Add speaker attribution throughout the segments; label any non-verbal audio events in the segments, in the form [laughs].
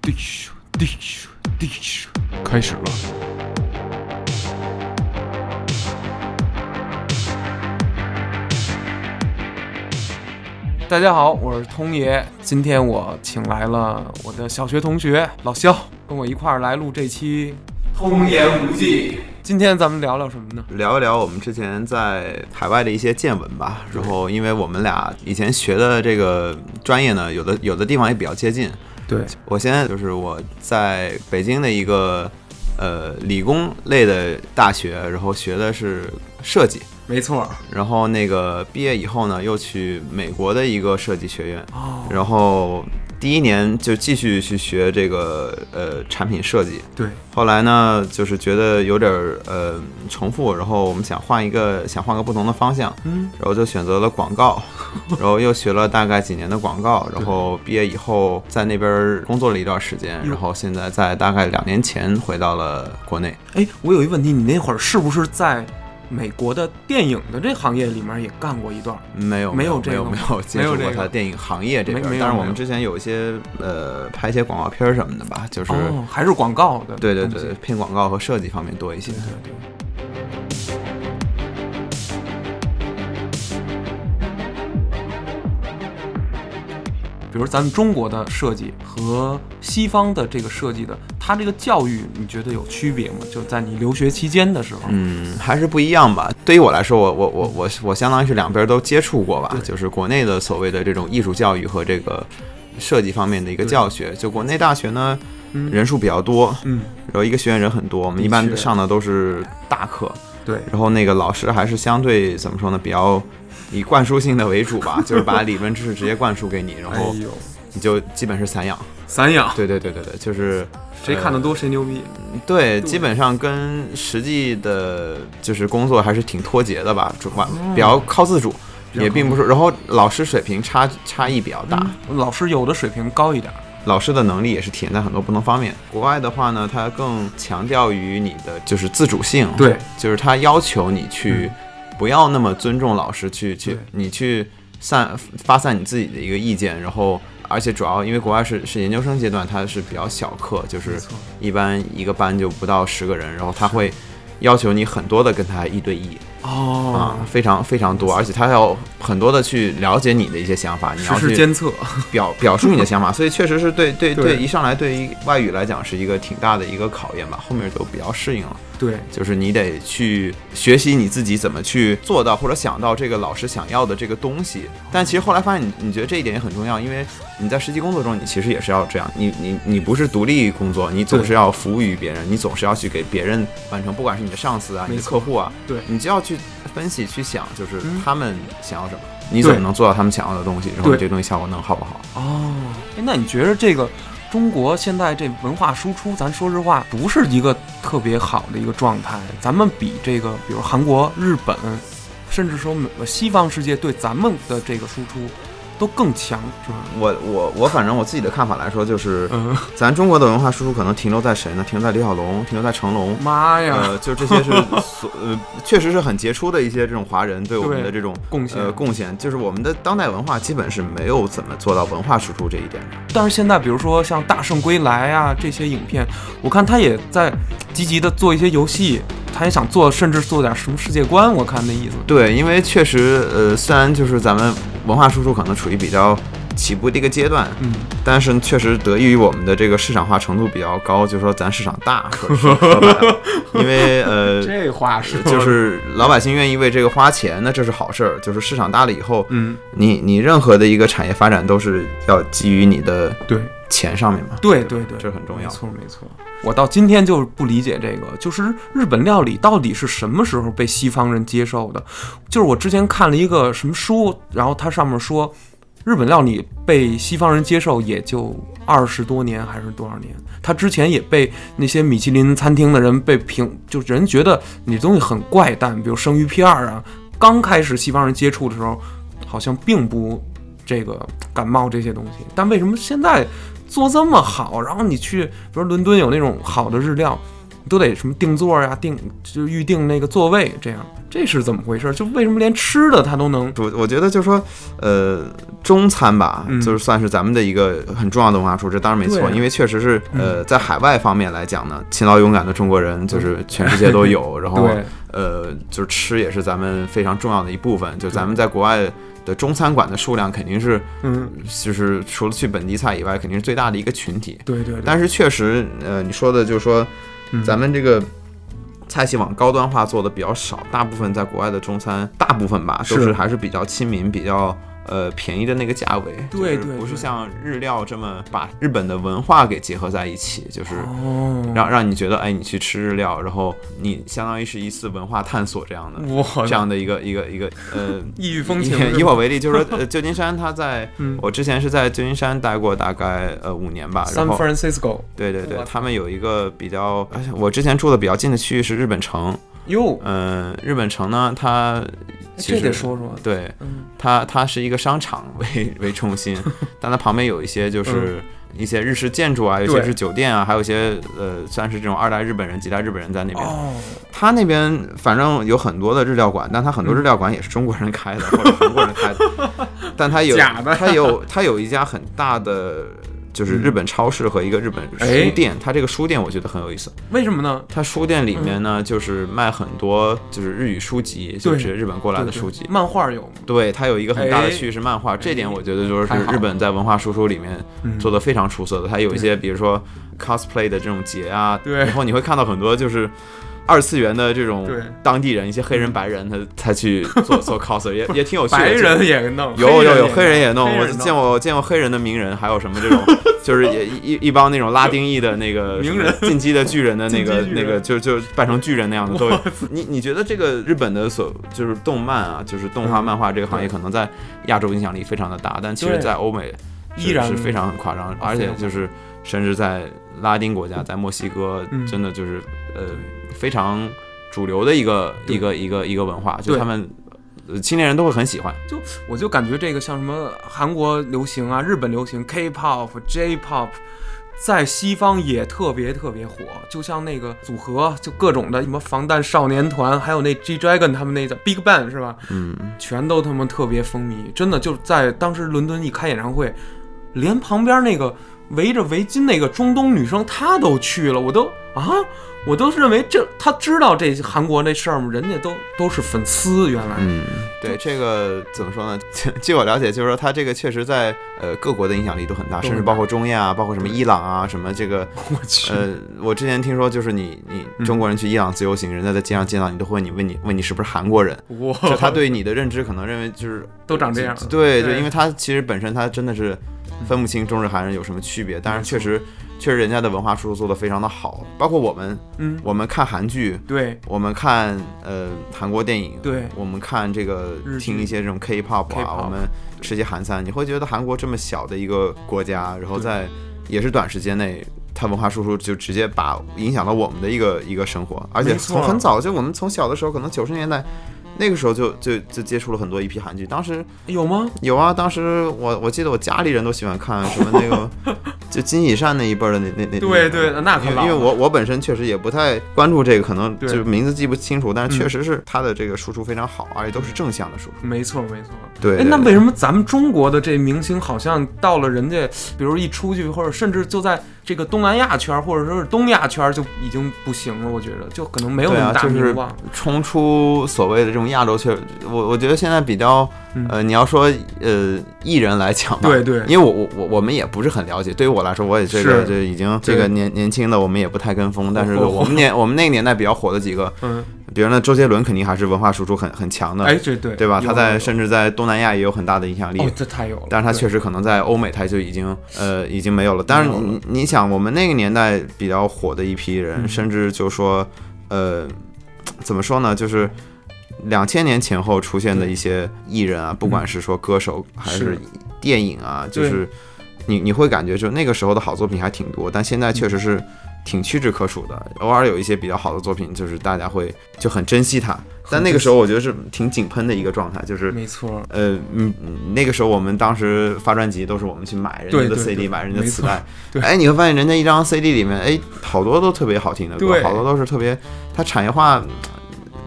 Speaker 1: 地球，地球，地球，开始了。大家好，我是通爷。今天我请来了我的小学同学老肖，跟我一块儿来录这期《通言无忌》。今天咱们聊聊什么呢？
Speaker 2: 聊一聊我们之前在海外的一些见闻吧。然后，因为我们俩以前学的这个专业呢，有的有的地方也比较接近。
Speaker 1: 对，
Speaker 2: 我现在就是我在北京的一个呃理工类的大学，然后学的是设计。
Speaker 1: 没错。
Speaker 2: 然后那个毕业以后呢，又去美国的一个设计学院，
Speaker 1: 哦，
Speaker 2: 然后第一年就继续去学这个呃产品设计。
Speaker 1: 对，
Speaker 2: 后来呢，就是觉得有点儿呃重复，然后我们想换一个，想换个不同的方向，
Speaker 1: 嗯，
Speaker 2: 然后就选择了
Speaker 1: [laughs]
Speaker 2: 广告，然后又学了大概几年的广告，然后毕业以后在那边儿工作了一段时间，然后现在在大概两年前回到了国内。
Speaker 1: 哎，我有一问题，你那会儿是不是在美国的电影的这行业里面也干过一段？
Speaker 2: 没有
Speaker 1: 没有
Speaker 2: 有
Speaker 1: 这
Speaker 2: 没有
Speaker 1: 个
Speaker 2: 没
Speaker 1: 吗
Speaker 2: 有接
Speaker 1: 没有
Speaker 2: 触
Speaker 1: 这
Speaker 2: 过
Speaker 1: 个
Speaker 2: 他电影行业这
Speaker 1: 没
Speaker 2: 边
Speaker 1: 没有
Speaker 2: 儿，但是
Speaker 1: 没
Speaker 2: 我们
Speaker 1: 有
Speaker 2: 之前有一些呃拍一些广告片儿什么的吧，就是、
Speaker 1: 哦，还是广告的？
Speaker 2: 对对对，，偏广告和设计方面多一些
Speaker 1: 对。对对。比如咱们中国的设计和西方的这个设计的，它这个教育你觉得有区别吗？就在你留学期间的时候，
Speaker 2: 嗯，还是不一样吧。对于我来说，我我我我我相当于是两边都接触过吧
Speaker 1: 对，
Speaker 2: 就是国内的所谓的这种艺术教育和这个设计方面的一个
Speaker 1: 对
Speaker 2: 教学。就国内大学呢，
Speaker 1: 嗯
Speaker 2: 人数比较多，
Speaker 1: 嗯，
Speaker 2: 然后一个学院人很多，我们一
Speaker 1: 的
Speaker 2: 般
Speaker 1: 确
Speaker 2: 上的都是大课，
Speaker 1: 对，
Speaker 2: 然后那个老师还是相对怎么说呢，比较以灌输性的为
Speaker 1: [laughs]
Speaker 2: 主吧，就是把理论知识直接灌输给你，然后
Speaker 1: 哎呦，
Speaker 2: 你就基本是散养。
Speaker 1: 散养，
Speaker 2: 对对对对对，就是
Speaker 1: 谁看得多谁牛逼，
Speaker 2: 对，基本上跟实际的，就是工作还是挺脱节的吧，主管比较靠自主，
Speaker 1: 嗯比较
Speaker 2: 也并不是。然后老师水平差差异比较大，
Speaker 1: 嗯老师有的水平高一点，
Speaker 2: 老师的能力也是体现在很多不同方面。国外的话呢，它更强调于你的就是自主性，，
Speaker 1: 对，嗯
Speaker 2: 就是它要求你去不要那么尊重老师，去去
Speaker 1: 对
Speaker 2: 你去散发散你自己的一个意见，然后。而且主要因为国外是是研究生阶段，它是比较小课，就是
Speaker 1: 错
Speaker 2: 一般一个班就不到十个人，然后他会要求你很多的跟他一对一啊
Speaker 1: 哦，，
Speaker 2: 非常非常多，而且他要很多的去了解你的一些想法，你
Speaker 1: 实
Speaker 2: 要
Speaker 1: 时
Speaker 2: 去
Speaker 1: 监测，
Speaker 2: 表表述你的想法，所以确实是对对
Speaker 1: 对
Speaker 2: 对，一上来对于外语来讲是一个挺大的一个考验吧，后面就比较适应了，
Speaker 1: 对，
Speaker 2: 就是你得去学习你自己怎么去做到或者想到这个老师想要的这个东西，但其实后来发现你你觉得这一点也很重要，因为你在实际工作中你其实也是要这样，你你你不是独立工作，你总
Speaker 1: 对
Speaker 2: 是要服务于别人，你总是要去给别人完成，不管是你的上司啊，
Speaker 1: 没
Speaker 2: 你的
Speaker 1: 错
Speaker 2: 客户啊，
Speaker 1: 对
Speaker 2: 你就要去分析去想，就是
Speaker 1: 嗯
Speaker 2: 他们想要什么，你怎么
Speaker 1: 对
Speaker 2: 能做到他们想要的东西，然后
Speaker 1: 对
Speaker 2: 这个东西效果能好不好？
Speaker 1: 哦，哎，那你觉得这个中国现在这文化输出，咱说实话不是一个特别好的一个状态。咱们比这个，比如韩国、日本，甚至说美西方世界对咱们的这个输出都更强，是吧？
Speaker 2: 我我我反正我自己的看法来说，就是
Speaker 1: 嗯，
Speaker 2: 咱中国的文化输出可能停留在谁呢？停留在李小龙，停留在成龙，
Speaker 1: 妈呀，
Speaker 2: [laughs]
Speaker 1: [laughs]
Speaker 2: 呃，就这些是所呃，确实是很杰出的一些这种华人对我们的
Speaker 1: 对
Speaker 2: 这种
Speaker 1: 贡献
Speaker 2: 呃贡献，就是我们的当代文化基本是没有怎么做到文化输出这一点的。
Speaker 1: 但是现在，比如说像《大圣归来》啊这些影片，我看他也在积极的做一些游戏，他也想做，甚至做点什么世界观。我看那意思，
Speaker 2: 对，因为确实呃，虽然就是咱们文化输出可能处于比较起步的一个阶段，
Speaker 1: 嗯，
Speaker 2: 但是确实得益于我们的这个市场化程度比较高，就是说咱市场大，说说说白了，因为
Speaker 1: [laughs]
Speaker 2: 呃。
Speaker 1: 这话是
Speaker 2: 就是老百姓愿意为这个花钱，那这是好事儿。就是市场大了以后，
Speaker 1: 嗯，
Speaker 2: 你你任何的一个产业发展都是要基于你的
Speaker 1: 对。
Speaker 2: 钱上面嘛。
Speaker 1: 对对对，
Speaker 2: 这很重要
Speaker 1: 没错没错。我到今天就是不理解这个，就是日本料理到底是什么时候被西方人接受的？就是我之前看了一个什么书，然后它上面说，日本料理被西方人接受也就二十多年还是多少年，它之前也被那些米其林餐厅的人被评，就人觉得你东西很怪诞，比如生鱼片儿啊。刚开始西方人接触的时候，好像并不这个感冒这些东西，但为什么现在做这么好，然后你去，比如伦敦有那种好的日料，你都得什么定座呀、定就预定那个座位，这样这是怎么回事？就为什么连吃的他都能？
Speaker 2: 我我觉得就是说，呃，中餐吧，
Speaker 1: 嗯
Speaker 2: 就是算是咱们的一个很重要的文化输出，这当然没
Speaker 1: 对
Speaker 2: 错，
Speaker 1: 啊
Speaker 2: 因为确实是，呃，在海外方面来讲呢，勤劳勇敢的中国人就是全世界都有，然后
Speaker 1: 对，
Speaker 2: 呃，就是吃也是咱们非常重要的一部分，就咱们在国外的中餐馆的数量肯定是，
Speaker 1: 嗯，
Speaker 2: 就是除了去本地菜以外，肯定是最大的一个群体。
Speaker 1: 对对对。
Speaker 2: 但是确实，呃，你说的就是说，
Speaker 1: 嗯
Speaker 2: 咱们这个菜系往高端化做的比较少，大部分在国外的中餐，大部分吧都
Speaker 1: 是
Speaker 2: 是还是比较亲民，比较。呃，便宜的那个价位，
Speaker 1: 对
Speaker 2: 就是
Speaker 1: 对
Speaker 2: 不是
Speaker 1: 对
Speaker 2: 像日料这么把日本的文化给结合在一起，就是
Speaker 1: 哦，
Speaker 2: 让让你觉得，哎，你去吃日料，然后你相当于是一次文化探索这样的，
Speaker 1: 我
Speaker 2: 这样的一个一个一个呃
Speaker 1: 异域嗯 [laughs] 风
Speaker 2: 以
Speaker 1: 情是吧
Speaker 2: 以我为例，就是说，呃，旧金山它在
Speaker 1: 嗯，
Speaker 2: 我之前是在旧金山待过大概呃五年吧，
Speaker 1: [laughs]
Speaker 2: 然
Speaker 1: San
Speaker 2: 后
Speaker 1: Francisco
Speaker 2: 对对对
Speaker 1: 哇，
Speaker 2: 他们有一个比较，而且我之前住的比较近的区域是日本城。
Speaker 1: 哟，
Speaker 2: 嗯、日本城呢，它其
Speaker 1: 哎这
Speaker 2: 实
Speaker 1: 得说说，
Speaker 2: 对
Speaker 1: 嗯
Speaker 2: 它它是一个商场 [laughs] 为为
Speaker 1: [laughs]
Speaker 2: 中心，但它旁边有一些就是一些日式建筑啊，有一些
Speaker 1: 嗯对
Speaker 2: 是酒店啊，还有一些呃算是这种二代日本人、几代日本人在那边。
Speaker 1: 哦，
Speaker 2: 他那边反正有很多的日料馆，但他很多日料馆也是中国人开的、或者韩国人开的，
Speaker 1: [laughs]
Speaker 2: 但他有
Speaker 1: 嗯假的
Speaker 2: 他有他有一家很大的就是日本超市和一个日本
Speaker 1: 哎
Speaker 2: 书店，他这个书店我觉得很有意思，
Speaker 1: 为什么呢？
Speaker 2: 他书店里面呢就是卖很多就是日语书籍，就是日本过来的
Speaker 1: 嗯对对
Speaker 2: 书籍。
Speaker 1: 漫画有吗？
Speaker 2: 对，它有一个很大的
Speaker 1: 哎
Speaker 2: 区域是漫画，这点我觉得就是
Speaker 1: 太好
Speaker 2: 日本在文化输出里面
Speaker 1: 嗯
Speaker 2: 做的非常出色的。它有一些比如说 cosplay 的这种节啊，
Speaker 1: 对
Speaker 2: 然后你会看到很多就是。二次元的这种
Speaker 1: 对
Speaker 2: 当地人，一些黑人、白人，他他去做做 coser，也也挺有趣的。
Speaker 1: 白
Speaker 2: 就
Speaker 1: 人也弄，
Speaker 2: 有有有
Speaker 1: 黑
Speaker 2: 黑人也弄，
Speaker 1: 黑
Speaker 2: 我
Speaker 1: 人
Speaker 2: 见过见过黑人的名人，还有什么这种，就是也一一帮那种拉丁裔的
Speaker 1: [laughs]
Speaker 2: 那个
Speaker 1: 名
Speaker 2: 什么
Speaker 1: 人
Speaker 2: 进击的巨人的那
Speaker 1: 进击
Speaker 2: 个
Speaker 1: 巨人
Speaker 2: 那个，就就扮成巨人那样的都有。你你觉得这个日本的所就是动漫啊，就是动画
Speaker 1: 嗯
Speaker 2: 漫画这个行业，
Speaker 1: 对
Speaker 2: 可能在亚洲影响力非常的大，但其实
Speaker 1: 对
Speaker 2: 在欧美
Speaker 1: 依
Speaker 2: 是
Speaker 1: 然
Speaker 2: 是非常很夸张，而
Speaker 1: 非
Speaker 2: 且
Speaker 1: 常
Speaker 2: 就是甚至在拉丁国家，在墨西哥
Speaker 1: 嗯，
Speaker 2: 真的就是呃非常主流的一个
Speaker 1: 对
Speaker 2: 一个一个一个文化，就
Speaker 1: 对
Speaker 2: 他们呃青年人都会很喜欢。
Speaker 1: 就我就感觉这个像什么韩国流行啊、日本流行 K-pop、J-pop，在西方也特别特别火。就像那个组合，就各种的什么防弹少年团，还有那 G Dragon 他们那叫 Big Bang 是吧？
Speaker 2: 嗯。
Speaker 1: 全都他妈特别风靡，真的就是在当时伦敦一开演唱会，连旁边那个围着围巾那个中东女生她都去了，我都啊。我都认为这她知道这韩国那事儿吗？人家都都是粉丝，原来，
Speaker 2: 嗯，对这个怎么说呢？ [laughs] 据我了解，就是说它这个确实在呃各国的影响力都很大，
Speaker 1: 都很大
Speaker 2: 甚至包括中亚啊，包括什么伊朗啊，什么这个
Speaker 1: 我去，
Speaker 2: 呃，我之前听说就是你
Speaker 1: 嗯
Speaker 2: 你中国人去伊朗自由行，人家在街上见到你都会你问你问你是不是韩
Speaker 1: [laughs]
Speaker 2: 国人，
Speaker 1: 我
Speaker 2: 就他对你的认知可能认为就是
Speaker 1: 都长这样，
Speaker 2: 对
Speaker 1: 对
Speaker 2: 对，因为他其实本身他真的是分不清中日韩人有什么区别，但是确实确实人家的文化输出做得非常的好，包括我们
Speaker 1: 嗯，
Speaker 2: 我们看韩剧，
Speaker 1: 对
Speaker 2: 我们看呃韩国电影，
Speaker 1: 对，
Speaker 2: 我们看这个
Speaker 1: 日剧
Speaker 2: 听一些这种 K-pop 啊
Speaker 1: K-pop，
Speaker 2: 我们吃一些韩餐，你会觉得韩国这么小的一个国家，然后
Speaker 1: 对
Speaker 2: 在也是短时间内，它文化输出就直接把影响到我们的一个一个生活，而且
Speaker 1: 没错
Speaker 2: 从很早就我们从小的时候，可能九十年代。那个时候就就就接触了很多一批韩剧，当时
Speaker 1: 有吗？
Speaker 2: 有啊，当时我我记得我家里人都喜欢看什么那 [laughs] 个，就金喜善那一辈儿的那那那
Speaker 1: 对
Speaker 2: 那
Speaker 1: 对那可
Speaker 2: 因为
Speaker 1: 老
Speaker 2: 因为
Speaker 1: 了
Speaker 2: 我我本身确实也不太关注这个，可能
Speaker 1: 对
Speaker 2: 就名字记不清楚，但
Speaker 1: 嗯
Speaker 2: 是确实是他的这个输出非常好，而且都是正向的输出。
Speaker 1: 没错没错。
Speaker 2: 对
Speaker 1: 哎，
Speaker 2: 对
Speaker 1: 那
Speaker 2: 对
Speaker 1: 为什么咱们中国的这明星好像到了人家，比如一出去，或者甚至就在这个东南亚圈，或者说是东亚圈就已经不行了？我觉得就可能没有
Speaker 2: 对
Speaker 1: 那
Speaker 2: 啊
Speaker 1: 么大
Speaker 2: 就是
Speaker 1: 名望。
Speaker 2: 冲出所谓的这种亚洲圈，我我觉得现在比较
Speaker 1: 嗯，
Speaker 2: 呃，你要说呃艺人来讲吧，
Speaker 1: 对对
Speaker 2: 因为我我我我们也不是很了解，对于我来说，我也这个
Speaker 1: 是
Speaker 2: 就已经这个
Speaker 1: 对
Speaker 2: 年年轻的我们也不太跟风，但是
Speaker 1: 我
Speaker 2: 我们年我们那个年代比较火的几个，
Speaker 1: 嗯，
Speaker 2: 比如那周杰伦肯定还是文化输出很很强的，
Speaker 1: 哎，对对
Speaker 2: 对吧？他在
Speaker 1: 身
Speaker 2: 甚至在东南亚也有很大的影响力。
Speaker 1: 哦，这太有了，
Speaker 2: 但是他
Speaker 1: 对
Speaker 2: 确实可能在欧美，他就已经呃已经没有了。但是
Speaker 1: 没有
Speaker 2: 你你想，我们那个年代比较火的一批人，
Speaker 1: 嗯
Speaker 2: 甚至就说，呃，怎么说呢，就是两千年前后出现的一些艺人啊，不管是说歌手还
Speaker 1: 嗯
Speaker 2: 是
Speaker 1: 是
Speaker 2: 电影啊，就
Speaker 1: 对嗯
Speaker 2: 是你你会感觉就那个时候的好作品还挺多，但现在确实是挺屈指可数的。偶尔有一些比较好的作品，就是大家会就很珍惜它。但那个时候我觉得是挺井喷的一个状态，就是
Speaker 1: 没错，
Speaker 2: 呃，嗯，那个时候我们当时发专辑都是我们去买人家
Speaker 1: 对
Speaker 2: 的
Speaker 1: 对
Speaker 2: CD，
Speaker 1: 对
Speaker 2: 买人家的
Speaker 1: 没
Speaker 2: 磁
Speaker 1: 错
Speaker 2: 带。
Speaker 1: 对
Speaker 2: 哎，你会发现人家一张 CD 里面，哎，好多都特别好听的歌，
Speaker 1: 对
Speaker 2: 好多都是特别，它产业化嗯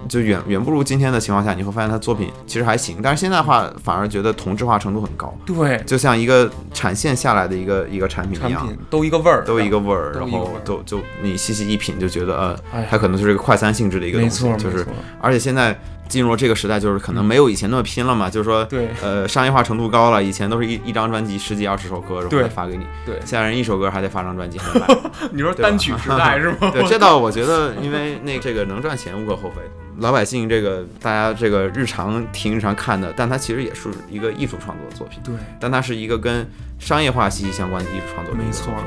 Speaker 2: 就远远不如今天的情况下，你会发现它作品其实还行，但是现在的话反而觉得同质化程度很高，
Speaker 1: 对，
Speaker 2: 就像一个产线下来的一个一个产品
Speaker 1: 产
Speaker 2: 一样。
Speaker 1: 品都一个味儿，
Speaker 2: 都一个味儿，
Speaker 1: 都
Speaker 2: 然
Speaker 1: 一个
Speaker 2: 后
Speaker 1: 味儿
Speaker 2: 都就你细细一品就觉得，
Speaker 1: 哎
Speaker 2: 呃
Speaker 1: 呀，
Speaker 2: 它可能就是一个快餐性质的一个
Speaker 1: 没
Speaker 2: 东西
Speaker 1: 错，，
Speaker 2: 就
Speaker 1: 没
Speaker 2: 是
Speaker 1: 错，
Speaker 2: 而且现在进入了这个时代，就是可能没有以前那么拼了嘛，就是说，
Speaker 1: 对
Speaker 2: 呃，商业化程度高了，以前都是一一张专辑十几二十首歌，然后
Speaker 1: 对
Speaker 2: 再发给你，
Speaker 1: 对，
Speaker 2: 现在人一首歌还得发张专辑还得
Speaker 1: [laughs]
Speaker 2: 卖，
Speaker 1: 你说
Speaker 2: 对吧
Speaker 1: 单曲时代是
Speaker 2: [laughs]
Speaker 1: 吗？
Speaker 2: 对，这倒我觉得，因为那这个能赚钱无可厚非，老百姓这个大家这个日常听日常看的，但它其实也是一个艺术创作的作品，
Speaker 1: 对，
Speaker 2: 但它是一个跟商业化息息相关的艺术创作的一
Speaker 1: 没
Speaker 2: 个
Speaker 1: 错
Speaker 2: 作品。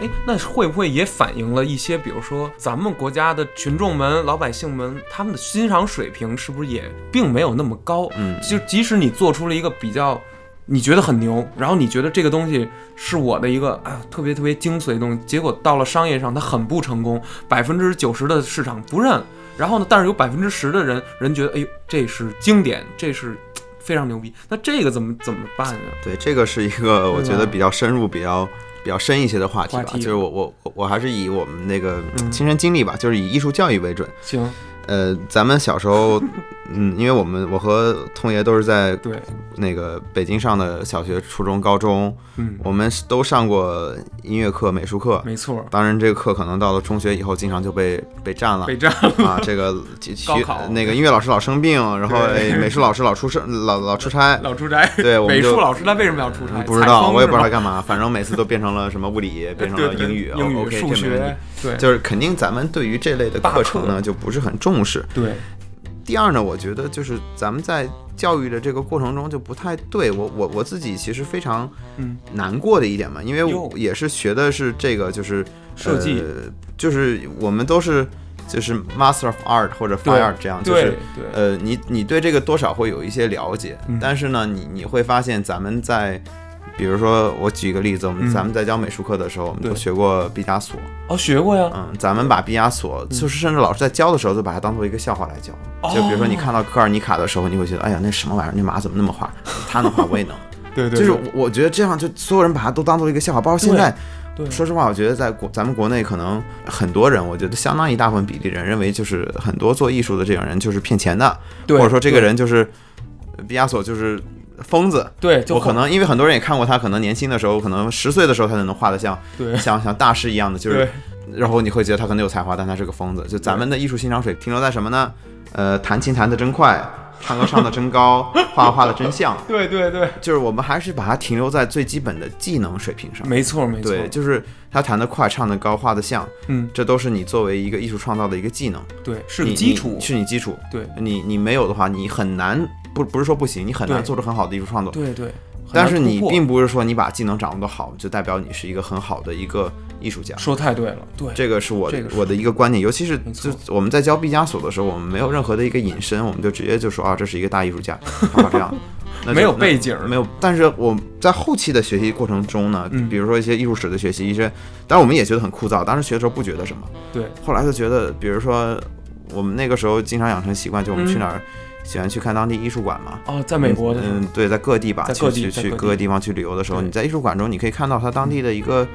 Speaker 1: 哎，那会不会也反映了一些，比如说咱们国家的群众们、老百姓们，他们的欣赏水平是不是也并没有那么高？
Speaker 2: 嗯
Speaker 1: 就即使你做出了一个比较，你觉得很牛，然后你觉得这个东西是我的一个哎呀特别特别精髓的东西，结果到了商业上它很不成功，百分之九十的市场不认，然后呢，但是有百分之十的人人觉得哎呦这是经典，这是嘖非常牛逼，那这个怎么怎么办呀？
Speaker 2: 对，这个是一个我觉得比较深入、比较比较深一些的话题
Speaker 1: 话
Speaker 2: 吧。
Speaker 1: 题
Speaker 2: 就是我我我我还是以我们那个
Speaker 1: 嗯
Speaker 2: 亲身经历吧，就是以艺术教育为准。
Speaker 1: 行，
Speaker 2: 呃，咱们小时候，嗯，因为我们我和通爷都是在
Speaker 1: 对，
Speaker 2: 那个北京上的小学、初中、高中，
Speaker 1: 嗯，
Speaker 2: 我们是都上过音乐课、美术课。
Speaker 1: 没错，
Speaker 2: 当然，这个课可能到了中学以后，经常就被被占了
Speaker 1: 北站
Speaker 2: 啊。这个
Speaker 1: [laughs]
Speaker 2: 学
Speaker 1: 高考
Speaker 2: 那个音乐老师老生病，然后
Speaker 1: 对
Speaker 2: 哎美术老师老出事，老老出差，
Speaker 1: 老出差，
Speaker 2: 对我们
Speaker 1: 美
Speaker 2: 就嗯
Speaker 1: 术老师他为什么要出差？
Speaker 2: 不知
Speaker 1: 采
Speaker 2: 道，
Speaker 1: 风
Speaker 2: 我也
Speaker 1: 是
Speaker 2: 不知道
Speaker 1: 吗
Speaker 2: 他干嘛，反正每次都变成了什么物理，变成了
Speaker 1: 对对
Speaker 2: 英语、
Speaker 1: 英语、
Speaker 2: o k
Speaker 1: 数学，，对
Speaker 2: 这没问题就是肯定咱们对于这类的课程
Speaker 1: 罢
Speaker 2: 呢就不是很重视。
Speaker 1: 对，
Speaker 2: 第二呢，我觉得就是咱们在教育的这个过程中就不太对我我我自己其实非常
Speaker 1: 嗯，
Speaker 2: 难过的一点嘛，因为我
Speaker 1: 哟
Speaker 2: 也是学的是这个就是
Speaker 1: 设计
Speaker 2: 呃就是我们都是就是 Master of Art 或者 Fine Art 这样，就是
Speaker 1: 对对
Speaker 2: 呃，你你对这个多少会有一些了解，
Speaker 1: 嗯
Speaker 2: 但是呢，你你会发现咱们在，比如说我举一个例子，我们、
Speaker 1: 嗯
Speaker 2: 咱们在教美术课的时候，我们都
Speaker 1: 对
Speaker 2: 学过毕加索，
Speaker 1: 哦，学过呀，
Speaker 2: 嗯，咱们把毕加索，
Speaker 1: 嗯
Speaker 2: 就是甚至老师在教的时候，就把它当做一个笑话来教，
Speaker 1: 哦
Speaker 2: 就比如说你看到科尔尼卡的时候，你会觉得，哎呀，那什么玩意儿，那马怎么那么画？他能画，我也能，
Speaker 1: [laughs] 对
Speaker 2: 就是我我觉得这样就所有人把它都当做一个笑话，包括现在。
Speaker 1: 对
Speaker 2: 说实话，我觉得在国咱们国内，可能很多人，我觉得相当一大部分比例人认为，就是很多做艺术的这种人就是骗钱的，
Speaker 1: 对
Speaker 2: 或者说这个人就是呃毕加索就是疯子。
Speaker 1: 对，就
Speaker 2: 我可能因为很多人也看过他，可能年轻的时候，可能十岁的时候他就能画得像
Speaker 1: 对
Speaker 2: 像像大师一样的，就是
Speaker 1: 对
Speaker 2: 然后你会觉得他很有才华，但他是个疯子。就咱们的艺术欣赏水平停留在什么呢？呃，弹琴弹得真快，唱歌唱得
Speaker 1: [laughs]
Speaker 2: 真高，画画画得真像，
Speaker 1: 对对对，
Speaker 2: 就是我们还是把它停留在最基本的技能水平上。
Speaker 1: 没错没错，
Speaker 2: 对，就是他弹得快，唱得高，画得像，
Speaker 1: 嗯，
Speaker 2: 这都是你作为一个艺术创造的一个技能。
Speaker 1: 对，是个
Speaker 2: 你
Speaker 1: 基础
Speaker 2: 你，是你基础。
Speaker 1: 对
Speaker 2: 你你没有的话，你很难不不是说不行，你很难
Speaker 1: 对
Speaker 2: 做出很好的艺术创作。
Speaker 1: 对对，很难
Speaker 2: 但是你
Speaker 1: 突破
Speaker 2: 并不是说你把技能掌握得好，就代表你是一个很好的一个艺术家。
Speaker 1: 说太对了，对，
Speaker 2: 这个是我的
Speaker 1: 这个是
Speaker 2: 我的一个观点，尤其是
Speaker 1: 没
Speaker 2: 就
Speaker 1: 错
Speaker 2: 我们在教毕加索的时候，我们没有任何的一个引申，我们就直接就说啊，这是一个大艺术家，他画
Speaker 1: [laughs]
Speaker 2: 这样的，那就
Speaker 1: 没有
Speaker 2: 那
Speaker 1: 背景儿
Speaker 2: 没有。但是我在后期的学习过程中呢，
Speaker 1: 嗯
Speaker 2: 比如说一些艺术史的学习，一些，当然我们也觉得很枯燥，当时学的时候不觉得什么，
Speaker 1: 对，
Speaker 2: 后来就觉得，比如说我们那个时候经常养成习惯，就我
Speaker 1: 嗯
Speaker 2: 们去哪儿、喜欢去看当地艺术馆嘛，
Speaker 1: 哦，在美国的时候，
Speaker 2: 嗯，对，在各地吧，
Speaker 1: 在
Speaker 2: 去
Speaker 1: 各地
Speaker 2: 去
Speaker 1: 在
Speaker 2: 去
Speaker 1: 各地
Speaker 2: 各个地方去旅游的时候，
Speaker 1: 对
Speaker 2: 你在艺术馆中，你可以看到它当地的一个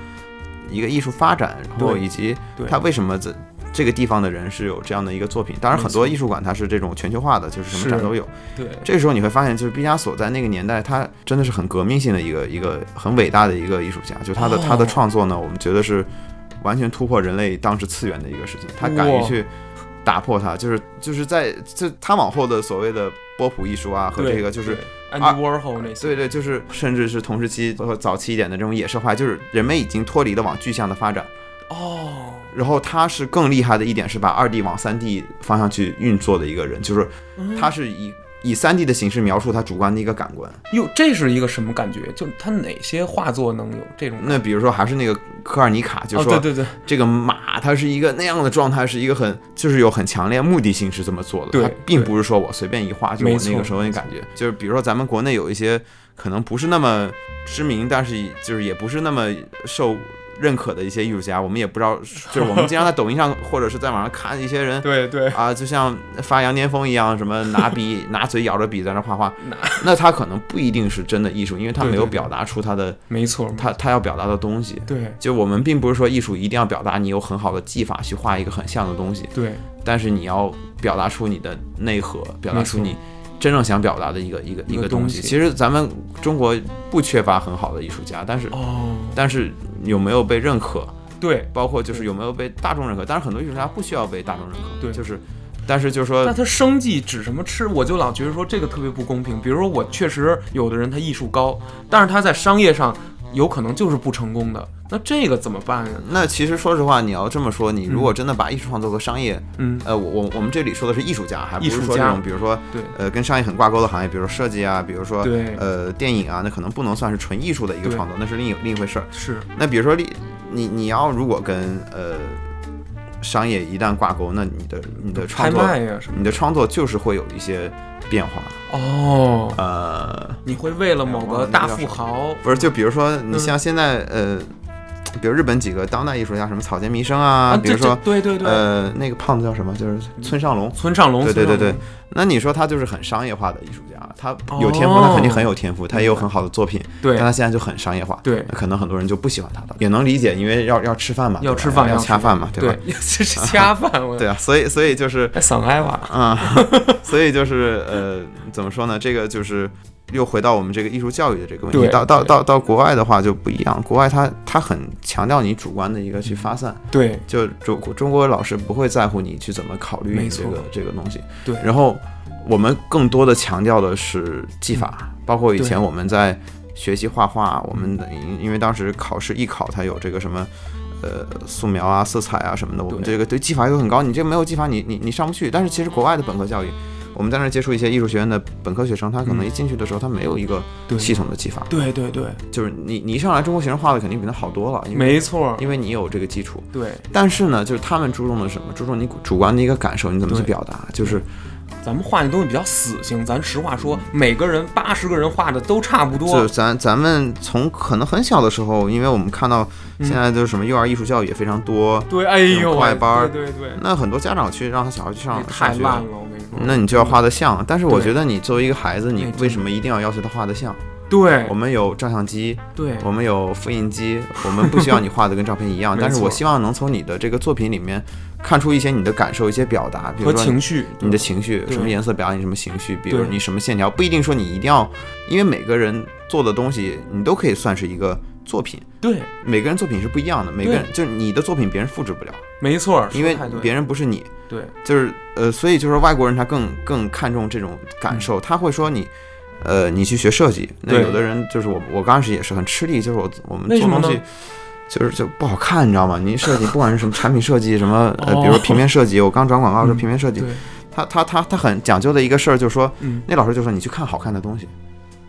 Speaker 2: 一个艺术发展，然后
Speaker 1: 对
Speaker 2: 以及
Speaker 1: 对
Speaker 2: 它为什么这这个地方的人是有这样的一个作品。当然，
Speaker 1: 没
Speaker 2: 很多
Speaker 1: 错
Speaker 2: 艺术馆它是这种全球化的，就是什么
Speaker 1: 是
Speaker 2: 展都有。
Speaker 1: 对
Speaker 2: 这时候你会发现，就是毕加索在那个年代，他真的是很革命性的一个一个很伟大的一个艺术家。就他的、
Speaker 1: 哦
Speaker 2: 他的创作呢，我们觉得是完全突破人类当时次元的一个事情。他敢于
Speaker 1: 哇
Speaker 2: 去打破它，就是就是在就他往后的所谓的波普艺术啊和
Speaker 1: 对
Speaker 2: 这个就是啊
Speaker 1: 对 Andy Warhol 那些，
Speaker 2: 对对，就是甚至是同时期和早期一点的这种野兽化，就是人们已经脱离了往具象的发展。
Speaker 1: 哦，
Speaker 2: 然后他是更厉害的一点是把二 D 往三 D 方向去运作的一个人，就是他是以以三 D 的形式描述他主观的一个感官。
Speaker 1: 哟，这是一个什么感觉？就是它哪些画作能有这种感？
Speaker 2: 那比如说还是那个科尔尼卡，就
Speaker 1: 哦，
Speaker 2: 说、
Speaker 1: 对对对，
Speaker 2: 这个马它是一个那样的状态，是一个很就是有很强烈目的性是这么做的，
Speaker 1: 对
Speaker 2: 它并
Speaker 1: 对
Speaker 2: 不是说我随便一画，就
Speaker 1: 没
Speaker 2: 我
Speaker 1: 错
Speaker 2: 那个时候那
Speaker 1: 没错
Speaker 2: 感觉，就是比如说咱们国内有一些可能不是那么知名，但是就是也不是那么受。认可的一些艺术家，我们也不知道，就是我们经常在抖音上或者是在网上看一些人
Speaker 1: 对对，
Speaker 2: 啊，就像发羊癫疯一样，什么拿笔拿嘴咬着笔在那画
Speaker 1: [laughs]
Speaker 2: 画，那他可能不一定是真的艺术，因为他
Speaker 1: 对
Speaker 2: 没有
Speaker 1: 对对
Speaker 2: 表达出他的
Speaker 1: 没错，
Speaker 2: 他他要表达的东西。
Speaker 1: 对
Speaker 2: 就我们并不是说艺术一定要表达你有很好的技法去画一个很像的东西，
Speaker 1: 对
Speaker 2: 但是你要表达出你的内核，表达出
Speaker 1: 没错
Speaker 2: 你真正想表达的一个一个
Speaker 1: 一
Speaker 2: 一
Speaker 1: 个
Speaker 2: 个
Speaker 1: 东
Speaker 2: 东
Speaker 1: 西
Speaker 2: 西。其实咱们中国不缺乏很好的艺术家，但是
Speaker 1: 哦，
Speaker 2: 但是有没有被认可，
Speaker 1: 对。
Speaker 2: 包括就是有没有被大众认可？当然很多艺术家不需要被大众认可，
Speaker 1: 对
Speaker 2: 就是，但是就是
Speaker 1: 那
Speaker 2: 说。
Speaker 1: 他生计指什么吃？我就老觉得说这个特别不公平。比如说我确实有的人他艺术高，但是他在商业上有可能就是不成功的，那这个怎么办呀？
Speaker 2: 那其实说实话，你要这么说，你如果真的把艺术创作和商业，
Speaker 1: 嗯，
Speaker 2: 呃，我我我们这里说的是艺术家，还不
Speaker 1: 艺
Speaker 2: 是
Speaker 1: 术
Speaker 2: 说这
Speaker 1: 家
Speaker 2: 种，比如说
Speaker 1: 对
Speaker 2: 呃，跟商业很挂钩的行业，比如说设计啊，比如说
Speaker 1: 对
Speaker 2: 呃电影啊，那可能不能算是纯艺术的一个
Speaker 1: 对
Speaker 2: 创作，那是另一另一回事儿。
Speaker 1: 是
Speaker 2: 那比如说你你你要如果跟呃商业一旦挂钩，那你的你的
Speaker 1: 拍
Speaker 2: 创作
Speaker 1: 卖呀什么
Speaker 2: 你的创作就是会有一些变化。
Speaker 1: 哦，
Speaker 2: 呃，
Speaker 1: 你会为了某个大富豪，
Speaker 2: 不是，就比如说你
Speaker 1: 嗯
Speaker 2: 像现在、呃，比如日本几个当代艺术家，什么草间弥生啊，
Speaker 1: 啊，
Speaker 2: 比如
Speaker 1: 这
Speaker 2: 说
Speaker 1: 这对对对，
Speaker 2: 呃那个胖子叫什么，就是村上隆。
Speaker 1: 村上龙，
Speaker 2: 对对对对
Speaker 1: 村上
Speaker 2: 那你说他就是很商业化的艺术家，他有天赋，他肯定很有天赋，他也有很好的作品，
Speaker 1: 龙，
Speaker 2: 但
Speaker 1: 哦对
Speaker 2: 他现在就很商业化，
Speaker 1: 对
Speaker 2: 那可能很多人就不喜欢他了，也能理解，因为要要吃饭嘛，
Speaker 1: 要
Speaker 2: 对吧
Speaker 1: 吃饭
Speaker 2: 要
Speaker 1: 要
Speaker 2: 恰
Speaker 1: 吃
Speaker 2: 饭嘛，
Speaker 1: [laughs]
Speaker 2: 对吧？
Speaker 1: 对，这是恰饭，我
Speaker 2: 对啊，所以所以就是，
Speaker 1: 哎上海话，
Speaker 2: 嗯，所以就是呃，怎么说呢？这个就是又回到我们这个艺术教育的这个问题。
Speaker 1: 对
Speaker 2: 到到
Speaker 1: 对
Speaker 2: 到到国外的话就不一样，国外他他很强调你主观的一个去发散，
Speaker 1: 对
Speaker 2: 就中中国老师不会在乎你去怎么考虑
Speaker 1: 没
Speaker 2: 这
Speaker 1: 错
Speaker 2: 个这个东西。
Speaker 1: 对
Speaker 2: 然后我们更多的强调的是技
Speaker 1: 嗯
Speaker 2: 法，包括以
Speaker 1: 对
Speaker 2: 前我们在学习画画，我们的因因为当时考试艺考它有这个什么。呃，素描啊、色彩啊什么的，我们
Speaker 1: 对
Speaker 2: 这个对技法又很高，你这没有技法你，你你上不去。但是其实国外的本科教育，我们在那儿接触一些艺术学院的本科学生，他可能
Speaker 1: 嗯
Speaker 2: 一进去的时候，他没有一个
Speaker 1: 对，
Speaker 2: 系统的技法，
Speaker 1: 对对对，
Speaker 2: 就是你你一上来，中国学生画的肯定比他好多了，因为
Speaker 1: 没错，
Speaker 2: 因为你有这个基础。
Speaker 1: 对，
Speaker 2: 但是呢，就是他们注重的是什么？注重你主观的一个感受，你怎么去
Speaker 1: 对
Speaker 2: 表达？就是
Speaker 1: 咱们画那东西比较死性，咱实话说，每个人八十个人画的都差不
Speaker 2: 就
Speaker 1: 多
Speaker 2: 是，咱咱们从可能很小的时候，因为我们看到现在就是什么幼儿艺术教育也非常多，
Speaker 1: 对，哎呦，
Speaker 2: 快班儿
Speaker 1: 对对对，
Speaker 2: 那很多家长去让他小孩去上
Speaker 1: 那太
Speaker 2: 上学，
Speaker 1: 烂了，嗯我跟你说，
Speaker 2: 那你就要画的像。但是我
Speaker 1: 对
Speaker 2: 觉得你作为一个孩子，
Speaker 1: 哎
Speaker 2: 你
Speaker 1: 真
Speaker 2: 为什么一定要要求他画的像？
Speaker 1: 对
Speaker 2: 我们有照相机，
Speaker 1: 对
Speaker 2: 我们有复印机，我们不需要你画的跟照片一样，
Speaker 1: [laughs] 没
Speaker 2: 但是
Speaker 1: 错
Speaker 2: 我希望能从你的这个作品里面看出一些你的感受、一些表达，比
Speaker 1: 和
Speaker 2: 如说你
Speaker 1: 情绪，
Speaker 2: 你的情绪，
Speaker 1: 对
Speaker 2: 什么颜色表达你什么情绪，比如
Speaker 1: 对
Speaker 2: 你什么线条，不一定说你一定要，因为每个人做的东西，你都可以算是一个作品。
Speaker 1: 对，
Speaker 2: 每个人作品是不一样的，每个人就是你的作品，别人复制不了，
Speaker 1: 没错，
Speaker 2: 因为
Speaker 1: 说太对了
Speaker 2: 别人不是你，
Speaker 1: 对
Speaker 2: 就是呃，所以就是外国人他更更看重这种感受，他会说你，呃，你去学设计，
Speaker 1: 嗯
Speaker 2: 那
Speaker 1: 对
Speaker 2: 有的人就是我，我刚开始也是很吃力，就是我我们
Speaker 1: 为什
Speaker 2: 做
Speaker 1: 么
Speaker 2: 东西
Speaker 1: 呢。
Speaker 2: 就是就不好看，你知道吗？
Speaker 1: [laughs]
Speaker 2: 你设计不管是什么产品设计，什么呃，
Speaker 1: 哦
Speaker 2: 比如说平面设计，我刚转广告的时候
Speaker 1: 嗯
Speaker 2: 平面设计，
Speaker 1: 对，
Speaker 2: 他他他他很讲究的一个事儿，就是说，
Speaker 1: 嗯，
Speaker 2: 那老师就说你去看好看的东西，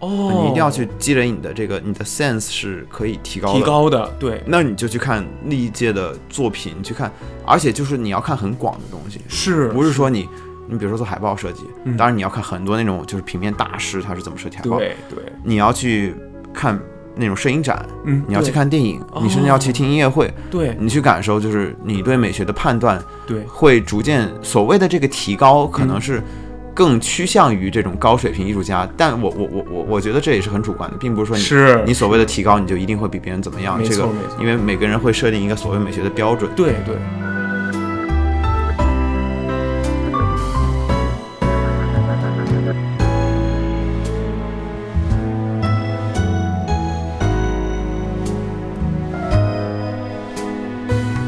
Speaker 1: 哦，
Speaker 2: 你一定要去积累你的这个你的 sense 是可以提高的。
Speaker 1: 提高的，对，
Speaker 2: 那你就去看历届的作品，你去看，而且就是你要看很广的东西，
Speaker 1: 是
Speaker 2: 不是说你你比如说做海报设计，
Speaker 1: 嗯
Speaker 2: 当然你要看很多那种就是平面大师他是怎么设计海报，
Speaker 1: 对对，
Speaker 2: 你要去看那种摄影展，
Speaker 1: 嗯，
Speaker 2: 你要去
Speaker 1: 对
Speaker 2: 看电影，
Speaker 1: 哦
Speaker 2: 你甚至要去听音乐会，
Speaker 1: 对
Speaker 2: 你去感受就是你对美学的判断
Speaker 1: 对
Speaker 2: 会逐渐所谓的这个提高，可能是更趋向于这种高水平艺术家。但我我我我我觉得这也是很主观的，并不是说你
Speaker 1: 嗯是
Speaker 2: 你所谓的提高，你就一定会比别人怎么样。
Speaker 1: 没
Speaker 2: 这
Speaker 1: 错
Speaker 2: 个
Speaker 1: 没错
Speaker 2: 因为每个人会设定一个所谓美学的标准。
Speaker 1: 对对，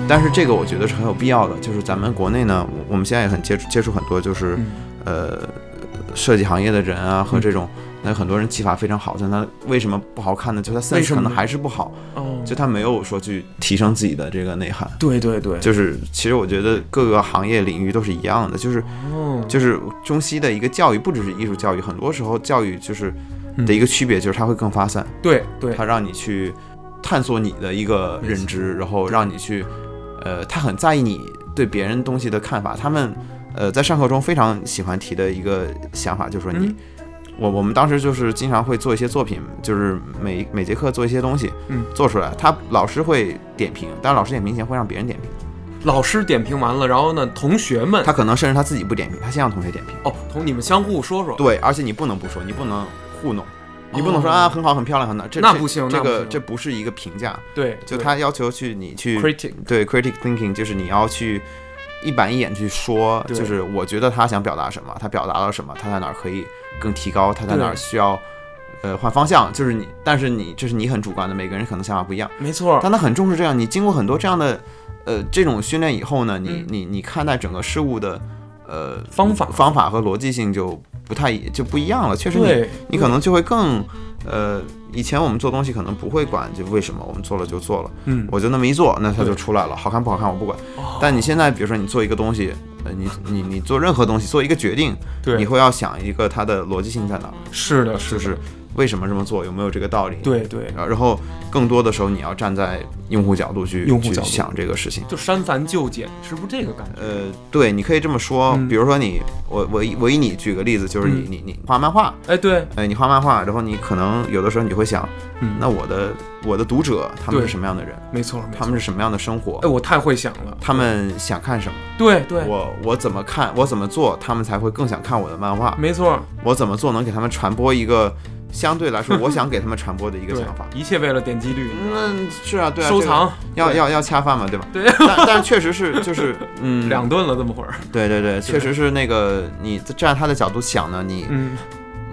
Speaker 2: 但是这个我觉得是很有必要的。就是咱们国内呢，我我们现在也很接触接触很多就是、
Speaker 1: 嗯
Speaker 2: 呃设计行业的人啊和这种。那很多人技法非常好，但他为什么不好看呢？就他 sense
Speaker 1: 什
Speaker 2: 可
Speaker 1: 么
Speaker 2: 能
Speaker 1: 呢
Speaker 2: 还是不好，
Speaker 1: 哦，
Speaker 2: 就他没有说去提升自己的这个内涵。
Speaker 1: 对对对，
Speaker 2: 就是其实我觉得各个行业领域都是一样的，就是
Speaker 1: 哦，
Speaker 2: 就是中西的一个教育，不只是艺术教育，很多时候教育就是的一个区别就是它会更发散，
Speaker 1: 嗯对对，
Speaker 2: 它让你去探索你的一个认
Speaker 1: 嗯
Speaker 2: 知，然后让你去，呃，他很在意你对别人东西的看法。他们呃在上课中非常喜欢提的一个想法就是说你。
Speaker 1: 嗯
Speaker 2: 我我们当时就是经常会做一些作品，就是每每节课做一些东西，
Speaker 1: 嗯，
Speaker 2: 做出来，他老师会点评，但老师点评前会让别人点评，
Speaker 1: 老师点评完了，然后呢，同学们
Speaker 2: [laughs] 他可能甚至他自己不点评，他先让同学点评。
Speaker 1: 哦，同你们相互说说，
Speaker 2: 对，而且你不能不说，你不能糊弄，你不能说、啊很好很漂亮很好，这
Speaker 1: 那
Speaker 2: 这
Speaker 1: 不行
Speaker 2: 这
Speaker 1: 那不
Speaker 2: 个
Speaker 1: 行
Speaker 2: 这不是一个评价，
Speaker 1: 对，
Speaker 2: 就
Speaker 1: 对
Speaker 2: 他要求去你去
Speaker 1: critic，
Speaker 2: 对 critic thinking，就是你要去一板一眼去说，
Speaker 1: 对
Speaker 2: 就是我觉得他想表达什么，他表达了什么，他在哪儿可以更提高，他在哪儿
Speaker 1: 对
Speaker 2: 需要呃换方向，就是你，但是你这是你很主观的，每个人可能想法不一样，
Speaker 1: 没错，
Speaker 2: 但他很重视这样。你经过很多这样的呃这种训练以后呢，你
Speaker 1: 嗯
Speaker 2: 你你看待整个事物的呃
Speaker 1: 方法
Speaker 2: 方法和逻辑性就不太一就不一样了。确实你，你
Speaker 1: 对
Speaker 2: 可能就会更呃，以前我们做东西可能不会管就为什么我们做了就做了，
Speaker 1: 嗯，
Speaker 2: 我就那么一做，那它就
Speaker 1: 对哦
Speaker 2: 出来了，好看不好看我不管。但你现在比如说你做一个东西，呃，你你你做任何东西做一个决定，你
Speaker 1: 对，啊
Speaker 2: 会要想一个它的逻辑性在哪儿，
Speaker 1: 是的，
Speaker 2: 就是嗯是
Speaker 1: 的，
Speaker 2: 为什么这么做，有没有这个道理？
Speaker 1: 对对，
Speaker 2: 然后更多的时候你要站在用户角度去
Speaker 1: 用户角度
Speaker 2: 去想这个事情。
Speaker 1: 就删繁就简，是不是这个感觉？
Speaker 2: 呃，对，你可以这么说，
Speaker 1: 嗯
Speaker 2: 比如说你，我我以我以你举个例子，就是你、
Speaker 1: 嗯
Speaker 2: 你你画漫画，
Speaker 1: 哎，对，
Speaker 2: 呃，你画漫画，然后你可能有的时候你会想，
Speaker 1: 嗯，
Speaker 2: 那我的我的读者他们是
Speaker 1: 对
Speaker 2: 什么样的人，
Speaker 1: 没错，没
Speaker 2: 他
Speaker 1: 错，
Speaker 2: 们是什么样的生活
Speaker 1: 哎，，我太会想了，
Speaker 2: 他们想看什么，
Speaker 1: 对对，
Speaker 2: 我我怎么看，我怎么做，他们才会更想看我的漫画，
Speaker 1: 没错，
Speaker 2: 我怎么做能给他们传播一个相对来说我想给他们传播的一个
Speaker 1: [laughs] 对
Speaker 2: 想法，。
Speaker 1: 一切为了点击率，
Speaker 2: 嗯，是啊，对啊，
Speaker 1: 收
Speaker 2: 这个
Speaker 1: 藏
Speaker 2: 要
Speaker 1: 对
Speaker 2: 要要恰饭嘛，对吧？
Speaker 1: 对
Speaker 2: 但但确实是就是嗯，
Speaker 1: [laughs] 两顿了，这么会儿，
Speaker 2: 对对对，确实是那个你站在他的角度想呢，你
Speaker 1: 嗯，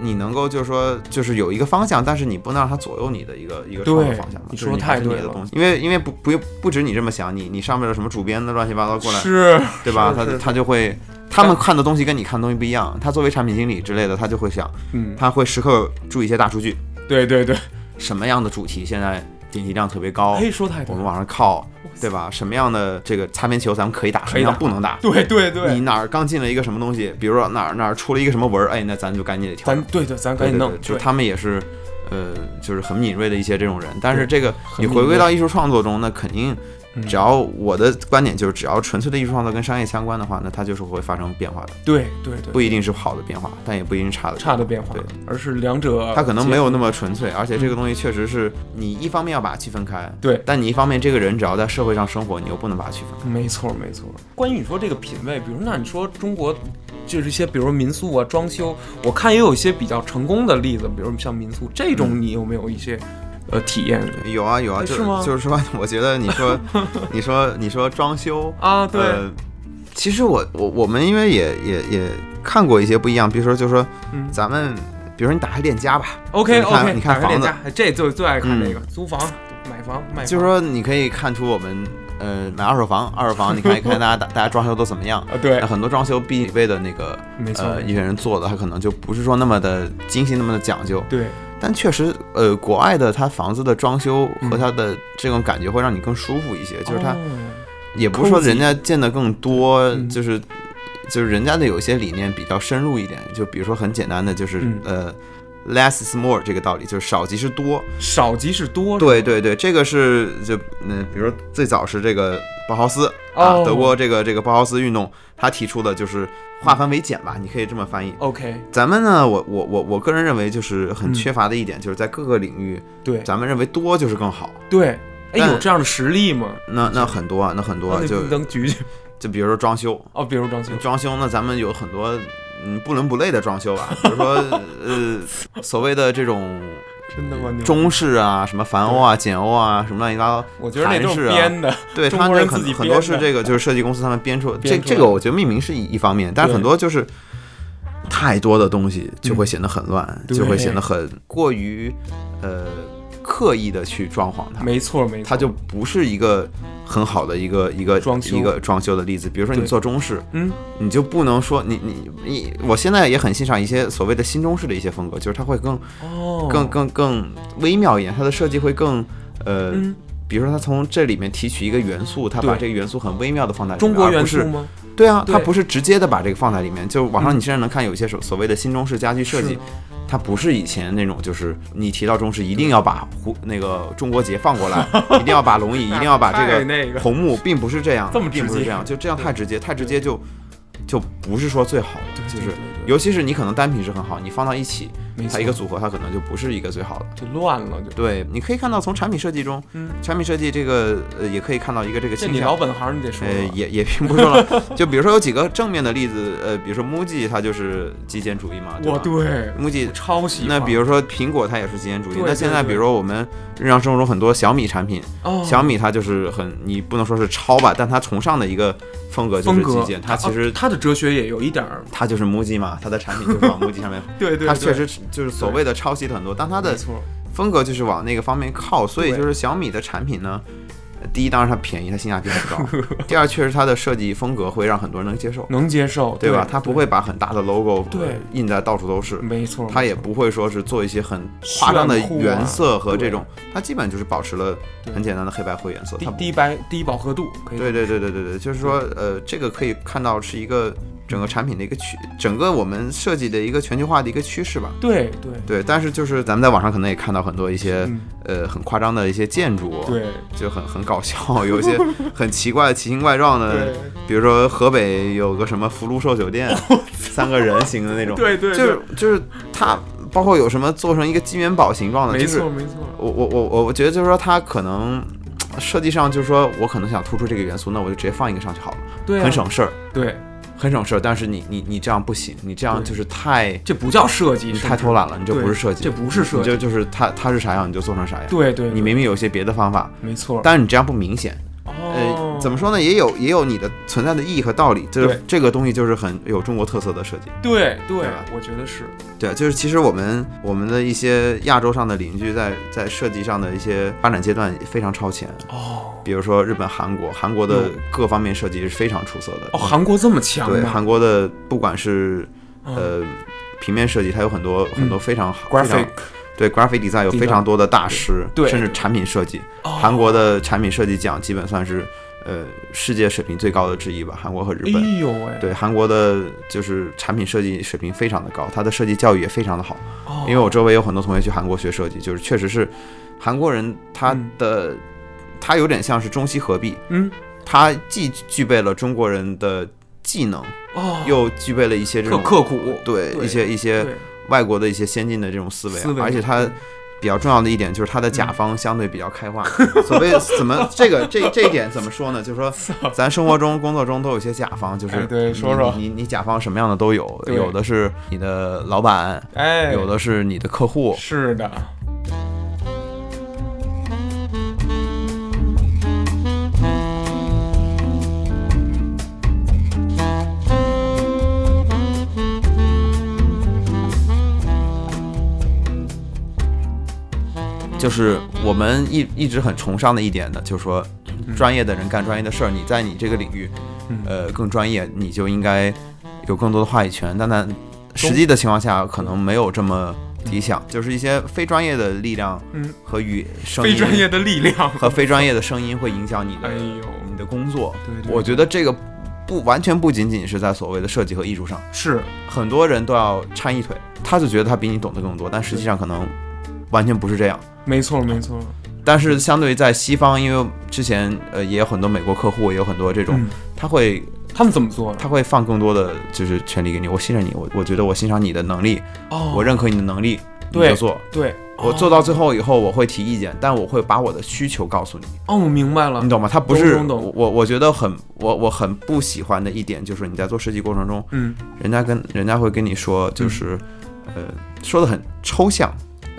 Speaker 2: 你能够就是说就是有一个方向，但是你不能让他左右你的一个一个创作
Speaker 1: 对
Speaker 2: 方向嘛。
Speaker 1: 你
Speaker 2: 就是
Speaker 1: 说
Speaker 2: 还
Speaker 1: 太
Speaker 2: 是你
Speaker 1: 对
Speaker 2: 的
Speaker 1: 了
Speaker 2: 东西，因为因为不不用不止你这么想，你你上面的什么主编的乱七八糟过来，
Speaker 1: 是，
Speaker 2: 对吧？
Speaker 1: 是
Speaker 2: 他
Speaker 1: 是
Speaker 2: 他就会。他们看的东西跟你看的东西不一样，他作为产品经理之类的，他就会想，
Speaker 1: 嗯，
Speaker 2: 他会时刻注意一些大数据，
Speaker 1: 对对对，
Speaker 2: 什么样的主题现在点击量特别高，
Speaker 1: 哎，说太
Speaker 2: 哦我
Speaker 1: 对了，
Speaker 2: 们往上靠，对吧？什么样的这个擦边球咱们可以打，什
Speaker 1: 可
Speaker 2: 么
Speaker 1: 以打
Speaker 2: 样不能打？
Speaker 1: 对对
Speaker 2: 你
Speaker 1: 对，
Speaker 2: 哪儿刚进了一个什么东西，比如说哪儿哪儿出了一个什么文儿，哎，那咱就赶紧得调
Speaker 1: 咱
Speaker 2: 整。
Speaker 1: 对对，咱
Speaker 2: 对
Speaker 1: 赶紧
Speaker 2: 对
Speaker 1: 弄
Speaker 2: 对，，就
Speaker 1: 对
Speaker 2: 是他们也是，呃，就是很敏锐的一些这种人。但是
Speaker 1: 对
Speaker 2: 这个
Speaker 1: 很
Speaker 2: 你回
Speaker 1: 敏
Speaker 2: 归
Speaker 1: 锐
Speaker 2: 到艺术创作中，那肯定
Speaker 1: 嗯
Speaker 2: 只要我的观点就是，只要纯粹的艺术创作跟商业相关的话，那它就是会发生变化的，
Speaker 1: 对对对，
Speaker 2: 不一定是好的变化，但也不一定是差的。
Speaker 1: 差的变化
Speaker 2: 对，
Speaker 1: 而是两者
Speaker 2: 它可能
Speaker 1: 结
Speaker 2: 没有那么纯粹，而且这个东西确实是你一方面要把它区分开，
Speaker 1: 对
Speaker 2: 但你一方面这个人只要在社会上生活，你又不能把它区分开。
Speaker 1: 没错，没错。关于你说这个品味，比如那你说中国就是一些，比如说民宿啊、装修，我看也有一些比较成功的例子，比如像民宿这种，你有没有一些呃体验
Speaker 2: 有啊有啊，
Speaker 1: 哎
Speaker 2: 就是
Speaker 1: 吗
Speaker 2: 就是 [laughs] 说，我觉得你说你说你说装修，
Speaker 1: 啊？对，
Speaker 2: 呃，其实我我我们因为也也也看过一些不一样，比如说就是说
Speaker 1: 嗯
Speaker 2: 咱们，比如说你打开链家吧，
Speaker 1: ，OK
Speaker 2: 你看
Speaker 1: OK，
Speaker 2: 你看房子嗯
Speaker 1: 这最最爱看这个、租房、买房、卖房，
Speaker 2: 就是说你可以看出我们呃买二手房，二
Speaker 1: [laughs]
Speaker 2: 手房你看一看大家大家装修都怎么样。
Speaker 1: 啊，对
Speaker 2: 那，很多装修必备的那个
Speaker 1: 没错，
Speaker 2: 呃呃一些人做的，他可能就不是说那么的精细，那么的讲究。
Speaker 1: 对，
Speaker 2: 但确实，呃，国外的它房子的装修和
Speaker 1: 嗯
Speaker 2: 它的这种感觉会让你更舒服一些，就是它
Speaker 1: 哦
Speaker 2: 也不是说
Speaker 1: 抠
Speaker 2: 人
Speaker 1: 级
Speaker 2: 家见的更多，
Speaker 1: 嗯
Speaker 2: 就是就是人家的有些理念比较深入一点，就比如说很简单的，就是、
Speaker 1: 嗯
Speaker 2: 呃，less is more 这个道理，就是少即是多。
Speaker 1: 少即是多，
Speaker 2: 对对对，这个是就嗯、比如说最早是这个包豪斯、啊，
Speaker 1: 哦
Speaker 2: 德国这个这个包豪斯运动，他提出的就是化繁为简吧，你可以这么翻译。
Speaker 1: ，OK，
Speaker 2: 咱们呢，我我我我个人认为就是很
Speaker 1: 嗯
Speaker 2: 缺乏的一点，就是在各个领域，
Speaker 1: 对
Speaker 2: 咱们认为多就是更好。
Speaker 1: 对，哎，
Speaker 2: 但
Speaker 1: 有这样的实例吗？
Speaker 2: 那那很多啊，那很多
Speaker 1: 啊
Speaker 2: 啊、
Speaker 1: 那
Speaker 2: 就
Speaker 1: 不能举举
Speaker 2: 就比如说装修，
Speaker 1: 哦，比如装修，
Speaker 2: 装修呢，咱们有很多嗯不伦不类的装
Speaker 1: [laughs]
Speaker 2: 修吧，比如说呃所谓的这种
Speaker 1: 真的吗？你，
Speaker 2: 中式啊，什么繁欧啊、简欧啊，什么乱七八糟，
Speaker 1: 我觉得那都
Speaker 2: 韩式
Speaker 1: 是
Speaker 2: 啊
Speaker 1: 编的，
Speaker 2: 对
Speaker 1: 中
Speaker 2: 他
Speaker 1: 国
Speaker 2: 们
Speaker 1: 人
Speaker 2: 很
Speaker 1: 自己
Speaker 2: 很多
Speaker 1: 编
Speaker 2: 是
Speaker 1: 的
Speaker 2: 这个就是设计公司他们编出这
Speaker 1: 编出来
Speaker 2: 这个，我觉得命名是一一方面，但是
Speaker 1: 对
Speaker 2: 很多就是。太多的东西就会显得很乱，
Speaker 1: 对
Speaker 2: 就会显得很过于，呃，刻意的去装潢它，
Speaker 1: 没错没错，
Speaker 2: 它就不是一个很好的一个一个
Speaker 1: 装修
Speaker 2: 一个装修的例子。比如说你
Speaker 1: 对
Speaker 2: 做中式，
Speaker 1: 嗯，
Speaker 2: 你就不能说你你你，我现在也很欣赏一些所谓的新中式的一些风格，就是它会更
Speaker 1: 哦，
Speaker 2: 更更更微妙一点，它的设计会更呃。
Speaker 1: 嗯
Speaker 2: 比如说，它从这里面提取一个元素，它把
Speaker 1: 对
Speaker 2: 这个元素很微妙的放在里面
Speaker 1: 中国
Speaker 2: 呃而
Speaker 1: 元
Speaker 2: 不是
Speaker 1: 素吗？
Speaker 2: 对啊，
Speaker 1: 对嗯
Speaker 2: 它不是直接的把这个放在里面，就网上你现在能看有一些所所谓的新中式家具设计
Speaker 1: 是，
Speaker 2: 它不是以前那种就是你提到中式一定要把胡那个中国结放过
Speaker 1: [laughs]
Speaker 2: 来，一定要把龙椅，一定要把
Speaker 1: 太
Speaker 2: 这
Speaker 1: 那个
Speaker 2: 红木，并不是这样，
Speaker 1: 这么
Speaker 2: 并不
Speaker 1: 直
Speaker 2: 是
Speaker 1: 接
Speaker 2: 这样，就这样太直接，太直接就就不是说最好的，
Speaker 1: 对
Speaker 2: 就是
Speaker 1: 对对对
Speaker 2: 尤其是你可能单品是很好，你放到一起，
Speaker 1: 没
Speaker 2: 它
Speaker 1: 错
Speaker 2: 一个组合它可能就不是一个最好的。
Speaker 1: 就乱了，就
Speaker 2: 对，你可以看到从产品设计中，
Speaker 1: 嗯
Speaker 2: 产品设计这个呃也可以看到一个这个
Speaker 1: 这
Speaker 2: 倾
Speaker 1: 你
Speaker 2: 向
Speaker 1: 老。本行，你得说
Speaker 2: 呃
Speaker 1: 了，
Speaker 2: 也也并不是了。就比如说有 [laughs] 几个正面的例子，呃，比如说 MUJI 它就是极简主义嘛，对
Speaker 1: 我
Speaker 2: 吧
Speaker 1: 对，
Speaker 2: ？MUJI
Speaker 1: 我超喜欢。
Speaker 2: 那比如说苹果它也是极简主义，
Speaker 1: 对
Speaker 2: 那现在
Speaker 1: 对对
Speaker 2: 比如说我们日常生活中很多小米产品，
Speaker 1: 哦，
Speaker 2: 小米它就是很你不能说是超吧，但它崇尚的一个风格就
Speaker 1: 风
Speaker 2: 是
Speaker 1: 格
Speaker 2: 极，简，它其实
Speaker 1: 啊。他的哲学也有一点儿，
Speaker 2: 它就是 MUJI 嘛，它的产品就是往 MUJI
Speaker 1: [laughs]
Speaker 2: 上面，
Speaker 1: 对对，
Speaker 2: 它
Speaker 1: 对
Speaker 2: 确实是就是所谓的抄袭的很多，但它
Speaker 1: 没
Speaker 2: 的
Speaker 1: 错，
Speaker 2: 风格就是往那个方面靠，所以
Speaker 1: 对
Speaker 2: 就是小米的产品呢，呃第一当然它便宜，它性价比很高；
Speaker 1: [laughs]
Speaker 2: 第二确实它的设计风格会让很多人能接受，
Speaker 1: 能接受，
Speaker 2: 对吧？
Speaker 1: 对
Speaker 2: 它不会把很大的 logo
Speaker 1: 对
Speaker 2: 印在到处都是，
Speaker 1: 没错，
Speaker 2: 它也不会说是做一些很夸张的
Speaker 1: 炫酷啊
Speaker 2: 原色和这种，它基本就是保持了很简单的黑白灰原色。
Speaker 1: 低
Speaker 2: 它
Speaker 1: 低白低饱和度可以，
Speaker 2: 对对对对对对，就是说呃，这个可以看到是一个整个产品的一个趋，整个我们设计的一个全球化的一个趋势吧。
Speaker 1: 对对
Speaker 2: 对，但是就是咱们在网上可能也看到很多一些、
Speaker 1: 嗯
Speaker 2: 呃很夸张的一些建筑，，
Speaker 1: 对
Speaker 2: 就很 [laughs] 很搞笑，有一
Speaker 1: [laughs]
Speaker 2: 些很奇怪、奇形怪状的
Speaker 1: 对，
Speaker 2: 比如说河北有个什么福禄寿
Speaker 1: [laughs]
Speaker 2: 酒店，三个人形的那种，
Speaker 1: 对对
Speaker 2: 就是就是它包括有什么做成一个金元宝形状的，
Speaker 1: 没
Speaker 2: 就是
Speaker 1: 错没错，
Speaker 2: 我我我我我觉得就是说它可能。设计上就是说，我可能想突出这个元素，那我就直接放一个上去好了，
Speaker 1: 对啊，
Speaker 2: 很省事儿，
Speaker 1: 对，
Speaker 2: 很省事儿。但是你你你这样不行，你这样
Speaker 1: 对
Speaker 2: 就是太
Speaker 1: 这不叫设计，
Speaker 2: 你
Speaker 1: 是
Speaker 2: 太
Speaker 1: 不
Speaker 2: 偷懒了，你这
Speaker 1: 对
Speaker 2: 不是设计，
Speaker 1: 这不是设
Speaker 2: 你就
Speaker 1: 计，
Speaker 2: 就是它它是啥样你就做成啥样。
Speaker 1: 对对，
Speaker 2: 你
Speaker 1: 对
Speaker 2: 明明有一些别的方法，
Speaker 1: 没错，
Speaker 2: 但是你这样不明显。
Speaker 1: 哦
Speaker 2: 呃，，怎么说呢？也有也有你的存在的意义和道理。就是
Speaker 1: 对
Speaker 2: 这个东西就是很有中国特色的设计。
Speaker 1: 对对
Speaker 2: 吧，
Speaker 1: 我觉得是
Speaker 2: 对，就是其实我们我们的一些亚洲上的邻居在在设计上的一些发展阶段非常超前。
Speaker 1: 哦
Speaker 2: 比如说日本、韩国，韩国的各方面设计是非常出色的。
Speaker 1: 哦，韩国这么强
Speaker 2: 对
Speaker 1: 吗？
Speaker 2: 韩国的不管是
Speaker 1: 嗯
Speaker 2: 呃平面设计，它有很多很多非常好、非常
Speaker 1: graphic
Speaker 2: 对 graphic design 有非常多的大师，
Speaker 1: 对
Speaker 2: 甚至产品设计。
Speaker 1: 哦
Speaker 2: 韩国的产品设计奖基本算是呃世界水平最高的之一吧，韩国和日本。
Speaker 1: 哎呦喂，
Speaker 2: 对韩国的，就是产品设计水平非常的高，它的设计教育也非常的好。
Speaker 1: 哦，
Speaker 2: 因为我周围有很多同学去韩国学设计，就是确实是韩国人他的、他有点像是中西合璧，
Speaker 1: 嗯
Speaker 2: 他既具备了中国人的技能，
Speaker 1: 哦，
Speaker 2: 又具备了一些这
Speaker 1: 特
Speaker 2: 种
Speaker 1: 刻苦，
Speaker 2: 对
Speaker 1: 对
Speaker 2: 一些一些
Speaker 1: 对
Speaker 2: 外国的一些先进的这种思维啊，
Speaker 1: 思维嗯
Speaker 2: 而且它比较重要的一点就是它的甲方相对比较开
Speaker 1: [laughs]
Speaker 2: 化。所谓怎么这个这这一点怎么说呢？就是说
Speaker 1: [laughs]
Speaker 2: 咱生活中、工作中都有一些甲方，就是、
Speaker 1: 哎对说说
Speaker 2: 你你你甲方什么样的都有，
Speaker 1: 对
Speaker 2: 有的是你的老板，
Speaker 1: 哎，
Speaker 2: 有的是你的客户，
Speaker 1: 是的，
Speaker 2: 就是我们一一直很崇尚的一点呢，就是说，
Speaker 1: 嗯
Speaker 2: 专业的人干专业的事儿，你在你这个领域，呃，更专业，你就应该有更多的话语权。但在实际的情况下，可能没有这么理想，就是一些非专业的力量
Speaker 1: 嗯
Speaker 2: 和语声
Speaker 1: 非
Speaker 2: 音
Speaker 1: 专业的力量，
Speaker 2: 和非专业的声音会影响你的
Speaker 1: 哎呦，
Speaker 2: 你的工作。
Speaker 1: 对对
Speaker 2: 我觉得这个不完全不仅仅是在所谓的设计和艺术上，
Speaker 1: 是
Speaker 2: 很多人都要掺一腿，他就觉得他比你懂得更多，但实际上可能完全不是这样。
Speaker 1: 没错没错，
Speaker 2: 但是相对于在西方，因为之前呃也有很多美国客户，也有很多这种，
Speaker 1: 嗯
Speaker 2: 他会
Speaker 1: 他们怎么做的？
Speaker 2: 他会放更多的就是权利给你。我信任你，我我觉得我欣赏你的能力，
Speaker 1: 哦，
Speaker 2: 我认可你的能力，你
Speaker 1: 对
Speaker 2: 就做。
Speaker 1: 对，哦
Speaker 2: 我做到最后以后，我会提意见，但我会把我的需求告诉你，
Speaker 1: 哦，我明白了
Speaker 2: 你，懂吗？他不是
Speaker 1: 懂懂懂
Speaker 2: 我我我觉得很我我很不喜欢的一点就是你在做设计过程中，
Speaker 1: 嗯，
Speaker 2: 人家跟人家会跟你说就是，呃，说的很抽象。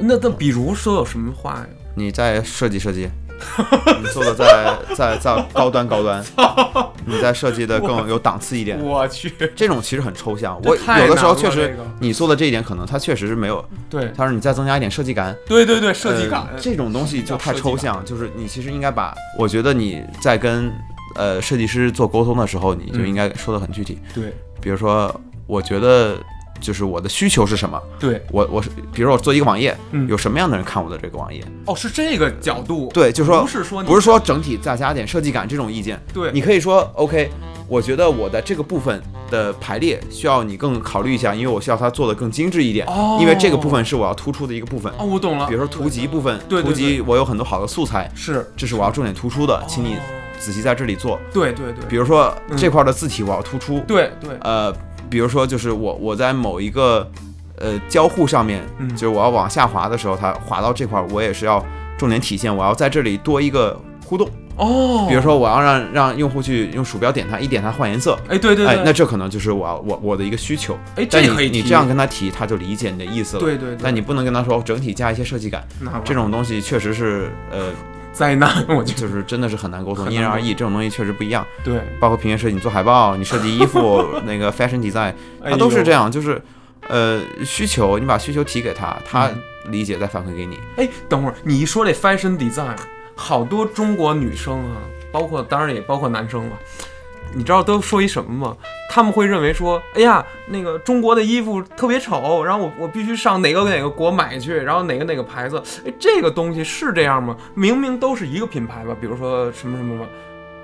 Speaker 1: 那那比如说有什么话呀？ [laughs]
Speaker 2: 你再设计设计，你做的再再再高端高端，你再设计的更有档次一点。
Speaker 1: 我去，
Speaker 2: 这种其实很抽象，
Speaker 1: 这
Speaker 2: 我
Speaker 1: 太
Speaker 2: 有的时候
Speaker 1: 难了
Speaker 2: 确
Speaker 1: 这
Speaker 2: 实
Speaker 1: 个
Speaker 2: 你做的这一点可能它确实是没有，
Speaker 1: 对
Speaker 2: 他说你再增加一点设计感，
Speaker 1: 对对对，设计感
Speaker 2: 呃，这种东西就太抽
Speaker 1: 要设计
Speaker 2: 象，就是你其实应该把，我觉得你在跟呃设计师做沟通的时候，你就应该说的很具体，
Speaker 1: 对
Speaker 2: 比如说我觉得。就是我的需求是什么？
Speaker 1: 对，
Speaker 2: 我我是，比如说我做一个网页，
Speaker 1: 嗯
Speaker 2: 有什么样的人看我的这个网页？
Speaker 1: 哦，是这个角度，，
Speaker 2: 对，就说
Speaker 1: 不是说你
Speaker 2: 不是说整体再加点设计感这种意见，
Speaker 1: 对，
Speaker 2: 你可以说 OK，我觉得我的这个部分的排列需要你更考虑一下，因为我需要它做的更精致一点，
Speaker 1: 哦
Speaker 2: 因为这个部分是我要突出的一个部分。
Speaker 1: 哦，我懂了，
Speaker 2: 比如说图集部分，
Speaker 1: 对对对
Speaker 2: 图集我有很多好的素材，
Speaker 1: 是，哦
Speaker 2: 这是我要重点突出的，请你仔细在这里做。
Speaker 1: 对对对，
Speaker 2: 比如说
Speaker 1: 嗯
Speaker 2: 这块的字体我要突出，
Speaker 1: 对对
Speaker 2: 呃，比如说就是我我在某一个呃交互上面，
Speaker 1: 嗯
Speaker 2: 就是我要往下滑的时候，它滑到这块儿，我也是要重点体现，我要在这里多一个互动。
Speaker 1: 哦，
Speaker 2: 比如说我要让让用户去用鼠标点它，一点它换颜色。
Speaker 1: 哎，对对对，
Speaker 2: 哎，那这可能就是我要我我的一个需求。
Speaker 1: 哎
Speaker 2: 但
Speaker 1: 这可
Speaker 2: 你
Speaker 1: 以
Speaker 2: 你
Speaker 1: 提
Speaker 2: 这样跟他提，他就理解你的意思了。
Speaker 1: 对对对，
Speaker 2: 但你不能跟他说整体加一些设计感，
Speaker 1: 那完
Speaker 2: 这种东西确实是呃，
Speaker 1: 灾难，我觉得
Speaker 2: 就是真的是很难沟
Speaker 1: 很
Speaker 2: 通，
Speaker 1: 难
Speaker 2: 因人
Speaker 1: 沟
Speaker 2: 而
Speaker 1: 通
Speaker 2: 异。这种东西确实不一样，
Speaker 1: 对，
Speaker 2: 包括平面设计，你做海报，你设计
Speaker 1: [laughs]
Speaker 2: 衣服，那个 fashion design，它
Speaker 1: 哎
Speaker 2: 都是这
Speaker 1: 样。
Speaker 2: 样，就是呃需求，你把需求提给他，他
Speaker 1: 嗯
Speaker 2: 理解再反馈给你。
Speaker 1: 哎，等会儿你一说这 fashion design，好多中国女生啊，包括当然也包括男生了，你知道都说一什么吗？他们会认为说，哎呀，那个中国的衣服特别丑，然后我我必须上哪个哪个国买去，然后哪个哪个牌子，哎，这个东西是这样吗？明明都是一个品牌吧，比如说什么什么吧。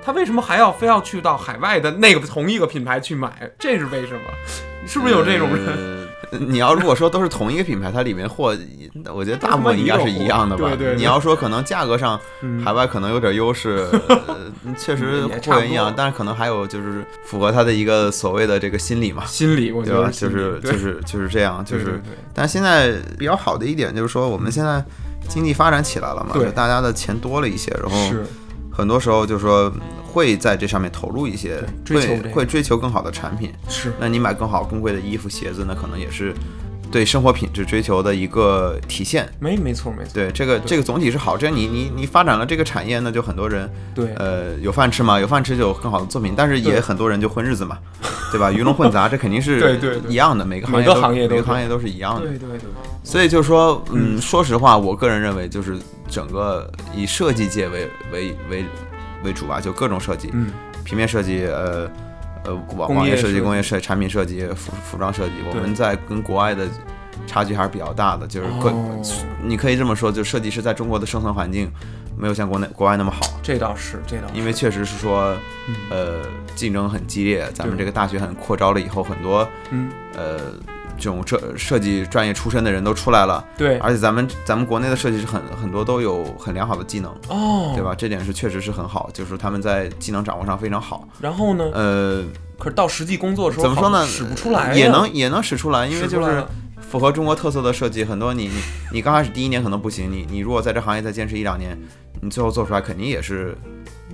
Speaker 1: 他为什么还要非要去到海外的那个同一个品牌去买？这是为什么？是不是有这种人？
Speaker 2: 呃你要如果说都是同一个品牌，它里面货，我觉得大部分应该是一样的吧。
Speaker 1: 对对对
Speaker 2: 你要说可能价格上
Speaker 1: 嗯
Speaker 2: 海外可能有点
Speaker 1: [laughs]
Speaker 2: 优势，呃确实
Speaker 1: 也差不多
Speaker 2: 货源一样，但是可能还有就是符合他的一个所谓的这个心理嘛，
Speaker 1: 心理，我觉
Speaker 2: 对吧？
Speaker 1: 得
Speaker 2: 就是
Speaker 1: 心
Speaker 2: 就
Speaker 1: 理
Speaker 2: 是就是这样，就
Speaker 1: 对对
Speaker 2: 是
Speaker 1: 对。对
Speaker 2: 但现在比较好的一点就是说，我们现在经济发展起来了嘛，
Speaker 1: 对
Speaker 2: 就大家的钱多了一些，然后
Speaker 1: 是
Speaker 2: 很多时候就是说会在这上面投入一些，
Speaker 1: 对追求这个
Speaker 2: 会会追求更好的产品。
Speaker 1: 是，
Speaker 2: 那你买更好、更贵的衣服、鞋子呢，可能也是对生活品质追求的一个体现。
Speaker 1: 没没错没错，
Speaker 2: 对这个
Speaker 1: 对
Speaker 2: 这个总体是好，这样你你你发展了这个产业，那就很多人
Speaker 1: 对
Speaker 2: 呃有饭吃嘛，有饭吃就有更好的作品，但是也
Speaker 1: 对
Speaker 2: 很多人就混日子
Speaker 1: [laughs]
Speaker 2: 嘛，对吧？鱼龙混杂，这肯定是
Speaker 1: 对对对
Speaker 2: 一样的，每个行业
Speaker 1: 每个
Speaker 2: 都
Speaker 1: 行业都
Speaker 2: 每个
Speaker 1: 是
Speaker 2: 行业都是一样的。
Speaker 1: 对对对，
Speaker 2: 所以就是说，嗯，说实话，我个人认为就是整个以设计界为为为为主吧，就各种设计，
Speaker 1: 嗯，
Speaker 2: 平面设计，呃呃，网
Speaker 1: 工业
Speaker 2: 网页设
Speaker 1: 设
Speaker 2: 计、
Speaker 1: 计
Speaker 2: 工业设计、产品设计、服服装设计，我
Speaker 1: 对
Speaker 2: 们在跟国外的差距还是比较大的，就是各，
Speaker 1: 哦
Speaker 2: 你可以这么说，就设计师在中国的生存环境没有像国内国外那么好，
Speaker 1: 这倒是这倒是，
Speaker 2: 因为确实是说，呃，竞争很激烈，咱
Speaker 1: 嗯
Speaker 2: 们
Speaker 1: 对
Speaker 2: 这个大学很扩招了以后，很多
Speaker 1: 嗯
Speaker 2: 呃这种设设计专业出身的人都出来了，
Speaker 1: 对
Speaker 2: 而且咱们咱们国内的设计师很很多都有很良好的技能。
Speaker 1: 哦，
Speaker 2: 对吧？这点是确实是很好，就是他们在技能掌握上非常好。
Speaker 1: 然后呢，
Speaker 2: 呃，
Speaker 1: 可是到实际工作的时候
Speaker 2: 怎么说
Speaker 1: 好
Speaker 2: 呢？
Speaker 1: 像使不出来呀，啊
Speaker 2: 也能也能使出来，因为
Speaker 1: 使
Speaker 2: 就
Speaker 1: 出来啊
Speaker 2: 是
Speaker 1: 了
Speaker 2: 符合中国特色的设计，很多你你你刚开始第一年可能不行，你你如果在这行业再坚持一两年，你最后做出来肯定也是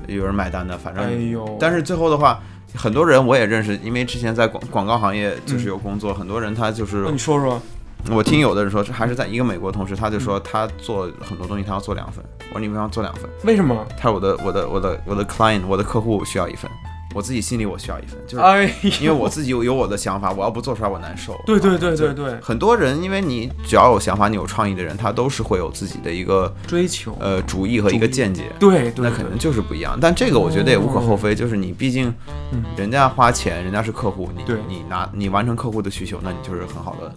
Speaker 2: 有人买单的，反
Speaker 1: 哎
Speaker 2: 正。
Speaker 1: 呦，
Speaker 2: 嗯但是最后的话，很多人我也认识，因为之前在广广告行业就是有工作，很多人他就是
Speaker 1: 那你嗯说说，
Speaker 2: 我听有的人说，这还是在一个美国同事，他就说他做很多东西他要做两份，我说你为什么要做两份？
Speaker 1: 为什么？
Speaker 2: 他说我的我的我的我的 client 我的客户需要一份，我自己心里我需要一份，就是
Speaker 1: 哎呦，
Speaker 2: 因为我自己有有我的想法，我要不做出来我难受。
Speaker 1: 对对对
Speaker 2: 就
Speaker 1: 对对，
Speaker 2: 很多人因为你只要有想法，你有创意的人，他都是会有自己的一个
Speaker 1: 追求，
Speaker 2: 呃主意和一个
Speaker 1: 主意
Speaker 2: 见解。
Speaker 1: 对对
Speaker 2: 那
Speaker 1: 对
Speaker 2: 肯定就是不一样，但这个我觉得也无可厚非，就是你毕竟
Speaker 1: 嗯，
Speaker 2: 人家花钱，人家是客户，你
Speaker 1: 对
Speaker 2: 你拿你完成客户的需求，那你就是很好的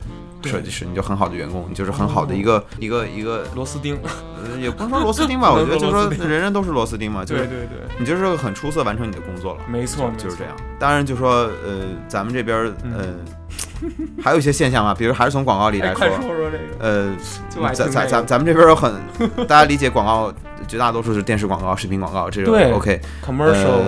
Speaker 1: 对哦
Speaker 2: 设计师，你就很好的员工，你就是很好的一个一个一个，
Speaker 1: 螺丝钉， [laughs]
Speaker 2: 呃也不能说螺丝钉吧，我觉得就是说人人都是螺丝钉嘛，就
Speaker 1: 对
Speaker 2: 是
Speaker 1: 对对，
Speaker 2: 你就是很出色完成你的工作了。
Speaker 1: 没错，没
Speaker 2: 就是这
Speaker 1: 错
Speaker 2: 样。当然就说，呃，咱们这边儿，呃， [laughs] 还有一些现象啊，比如还是从广告里
Speaker 1: 嗯哎，
Speaker 2: 来
Speaker 1: 快
Speaker 2: 说，
Speaker 1: 说说这个，
Speaker 2: 呃，
Speaker 1: 就爱
Speaker 2: 咱
Speaker 1: 听这
Speaker 2: 咱
Speaker 1: 个
Speaker 2: 咱咱们这边儿有很，大家理解广告，绝大多数是电视广告、视频广告，这种
Speaker 1: 对
Speaker 2: OK。呃
Speaker 1: commercial，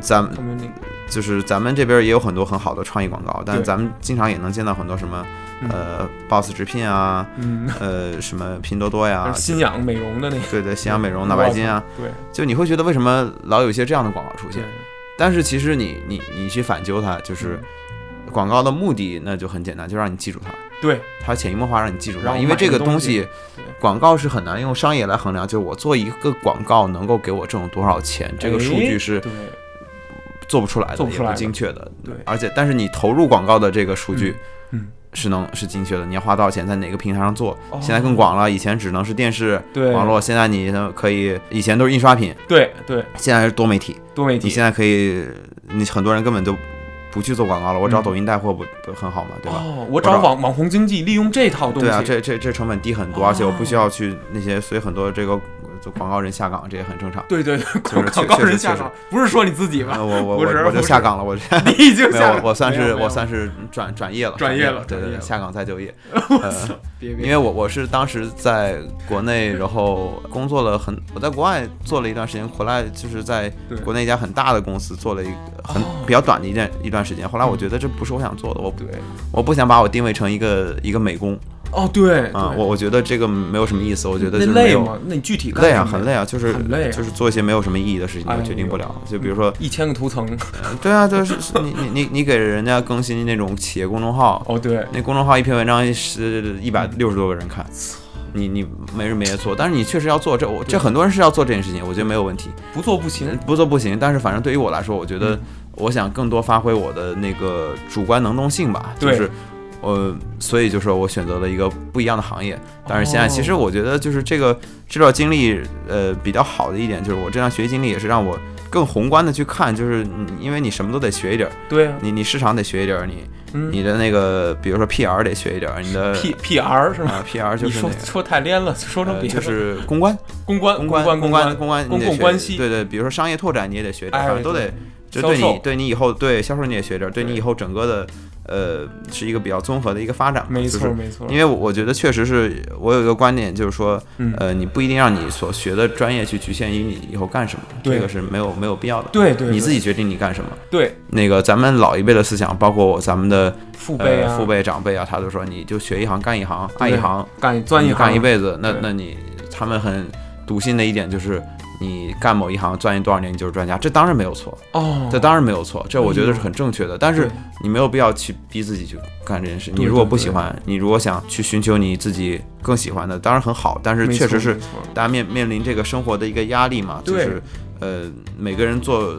Speaker 2: 咱们
Speaker 1: community，
Speaker 2: 就是咱们这边儿也有很多很好的创意广告，但
Speaker 1: 对
Speaker 2: 咱们经常也能见到很多什么，呃，Boss 直聘啊，
Speaker 1: 嗯，
Speaker 2: 呃，什么拼多多呀，
Speaker 1: 新氧美容的那个，
Speaker 2: 对对，新阳美容、脑白金啊，
Speaker 1: 对
Speaker 2: 就你会觉得为什么老有一些这样的广告出
Speaker 1: 对？，
Speaker 2: 现
Speaker 1: 嗯
Speaker 2: 但是其实你你你去反究它，就是广告的目的，那就很简单，就让你记住它。
Speaker 1: 对，
Speaker 2: 它潜移默化让你记住
Speaker 1: 然
Speaker 2: 它，
Speaker 1: 后
Speaker 2: 因为
Speaker 1: 买
Speaker 2: 这
Speaker 1: 个
Speaker 2: 个
Speaker 1: 东西
Speaker 2: 西
Speaker 1: 对
Speaker 2: 广告是很难用商业来衡量，就是我做一个广告能够给我挣多少钱，这个数据是
Speaker 1: 对
Speaker 2: 做不出来的，
Speaker 1: 做不出来的
Speaker 2: 也不精确的。
Speaker 1: 对
Speaker 2: 而且但是你投入广告的这个数据，
Speaker 1: 嗯嗯
Speaker 2: 是能是精确的。你要花多少钱，在哪个平台上做？
Speaker 1: 哦
Speaker 2: 现在更广了，以前只能是电视、
Speaker 1: 对
Speaker 2: 网络，现在你可以，以前都是印刷品，
Speaker 1: 对对，
Speaker 2: 现在是多媒体。
Speaker 1: 多媒
Speaker 2: 你
Speaker 1: 体
Speaker 2: 现在可以，你很多人根本就不去做广告了，我
Speaker 1: 嗯
Speaker 2: 找抖音带货不不很好吗？对吧？
Speaker 1: 哦，我
Speaker 2: 我
Speaker 1: 找
Speaker 2: 找
Speaker 1: 网网红经济，利用这套东西，
Speaker 2: 对啊，这这这成本低很多，
Speaker 1: 哦
Speaker 2: 而且我不需要去那些，所以很多这个做广告人下岗，这也很正常。
Speaker 1: 对对对，广
Speaker 2: 确
Speaker 1: 广
Speaker 2: 确
Speaker 1: 告
Speaker 2: 确
Speaker 1: 人
Speaker 2: 实
Speaker 1: 下
Speaker 2: 确实
Speaker 1: 岗，不是说你自己吧
Speaker 2: 那？我我
Speaker 1: 不是
Speaker 2: 我我就
Speaker 1: 不是
Speaker 2: 下岗
Speaker 1: [laughs]
Speaker 2: 了，我
Speaker 1: 你已经
Speaker 2: 嗯没
Speaker 1: 下
Speaker 2: 有，
Speaker 1: 岗
Speaker 2: 我算
Speaker 1: 没
Speaker 2: 是
Speaker 1: 有没有
Speaker 2: 我算是转转业了，
Speaker 1: 转业了
Speaker 2: 对
Speaker 1: 转
Speaker 2: 对
Speaker 1: 业
Speaker 2: 对，
Speaker 1: 了
Speaker 2: 下岗再就业。
Speaker 1: [laughs]
Speaker 2: 呃
Speaker 1: 我操别别
Speaker 2: 因为我我是当时在国内，然后工作了很，我在国外做了一段时间，回来就是在
Speaker 1: 对
Speaker 2: 国内一家很大的公司做了一个很
Speaker 1: 哦
Speaker 2: 比较短的一段一段时间。后来我觉得这不是我想做的，我不
Speaker 1: 对
Speaker 2: 我不想把我定位成一个一个美工
Speaker 1: 哦对
Speaker 2: 啊，
Speaker 1: 对
Speaker 2: 我我觉得这个没有什么意思，我觉得就
Speaker 1: 那
Speaker 2: 是没
Speaker 1: 累
Speaker 2: 有
Speaker 1: 吗？那你具体干
Speaker 2: 累啊，
Speaker 1: 什么
Speaker 2: 很
Speaker 1: 呀，
Speaker 2: 累啊，就是
Speaker 1: 很累啊
Speaker 2: 就是做一些没有什么意义的事情，
Speaker 1: 哎
Speaker 2: 我
Speaker 1: 呦
Speaker 2: 决定不了。就比
Speaker 1: [laughs]
Speaker 2: 如说，
Speaker 1: 一千个图层，
Speaker 2: 对啊，就是是你你你你给人家更新那种企业公众号，
Speaker 1: 哦对，
Speaker 2: 那公众号一篇文章是一百六十多个人看，你你没日没夜做，但是你确实要做这，我这很多人是要做这件事情，我觉得没有问题，
Speaker 1: 不做不行，
Speaker 2: 嗯不做不行。但是反正对于我来说，我觉得
Speaker 1: 嗯
Speaker 2: 我想更多发挥我的那个主观能动性吧，就
Speaker 1: 对
Speaker 2: 是。呃，所以就是我选择了一个不一样的行业，但是现在其实
Speaker 1: 哦
Speaker 2: 我觉得就是这个这段经历，呃，比较好的一点就是我这段学习经历也是让我更宏观的去看，就是你因为你什么都得学一点儿，
Speaker 1: 对啊，
Speaker 2: 你你市场得学一点儿，你
Speaker 1: 嗯
Speaker 2: 你的那个，比如说 PR 得学一点儿，你的
Speaker 1: P P R 是吗？
Speaker 2: 啊 PR 就
Speaker 1: 你
Speaker 2: 是
Speaker 1: 说
Speaker 2: 那个
Speaker 1: 说太连了，说成
Speaker 2: 呃
Speaker 1: 别的
Speaker 2: 就是公关、
Speaker 1: 公关
Speaker 2: 公
Speaker 1: 关
Speaker 2: 关、
Speaker 1: 公
Speaker 2: 关、公关、你
Speaker 1: 公
Speaker 2: 得
Speaker 1: 共
Speaker 2: 学
Speaker 1: 关系
Speaker 2: 对对，比如说商业拓展你也得学点儿，
Speaker 1: 哎
Speaker 2: 反正都得，就
Speaker 1: 销
Speaker 2: 对你
Speaker 1: 售
Speaker 2: 对你以后对销售你也学点儿，对你
Speaker 1: 对
Speaker 2: 以后整个的呃是一个比较综合的一个发展嘛，
Speaker 1: 没
Speaker 2: 就
Speaker 1: 错
Speaker 2: 是
Speaker 1: 没错，
Speaker 2: 因为我我觉得确实是我有一个观点，就是说，
Speaker 1: 嗯
Speaker 2: 呃，你不一定让你所学的专业去局限于你以后干什么，
Speaker 1: 对
Speaker 2: 这个是没有没有必要的。
Speaker 1: 对对
Speaker 2: 你自
Speaker 1: 对
Speaker 2: 己决定你干什么。
Speaker 1: 对
Speaker 2: 那个咱们老一辈的思想，包括咱们的
Speaker 1: 父辈
Speaker 2: 呃
Speaker 1: 啊
Speaker 2: 父辈长辈啊，他都说你就学一行干一行，爱一
Speaker 1: 对
Speaker 2: 行，
Speaker 1: 干钻一
Speaker 2: 你
Speaker 1: 行
Speaker 2: 干一辈子。那
Speaker 1: 对
Speaker 2: 那你他们很笃信的一点就是，你干某一行钻研多少年，你就是专家。这当然没有错，
Speaker 1: 哦，
Speaker 2: 这当然没有错，这我觉得是
Speaker 1: 嗯
Speaker 2: 很正确的。但是
Speaker 1: 对
Speaker 2: 你没有必要去逼自己去干这件事。
Speaker 1: 对
Speaker 2: 你如果
Speaker 1: 对
Speaker 2: 不
Speaker 1: 对
Speaker 2: 喜欢，你如果想去寻求你自己更喜欢的，当然很好。但是
Speaker 1: 没
Speaker 2: 确实
Speaker 1: 错
Speaker 2: 是
Speaker 1: 没错
Speaker 2: 大家面面临这个生活的一个压力嘛，就
Speaker 1: 对
Speaker 2: 是呃，每个人做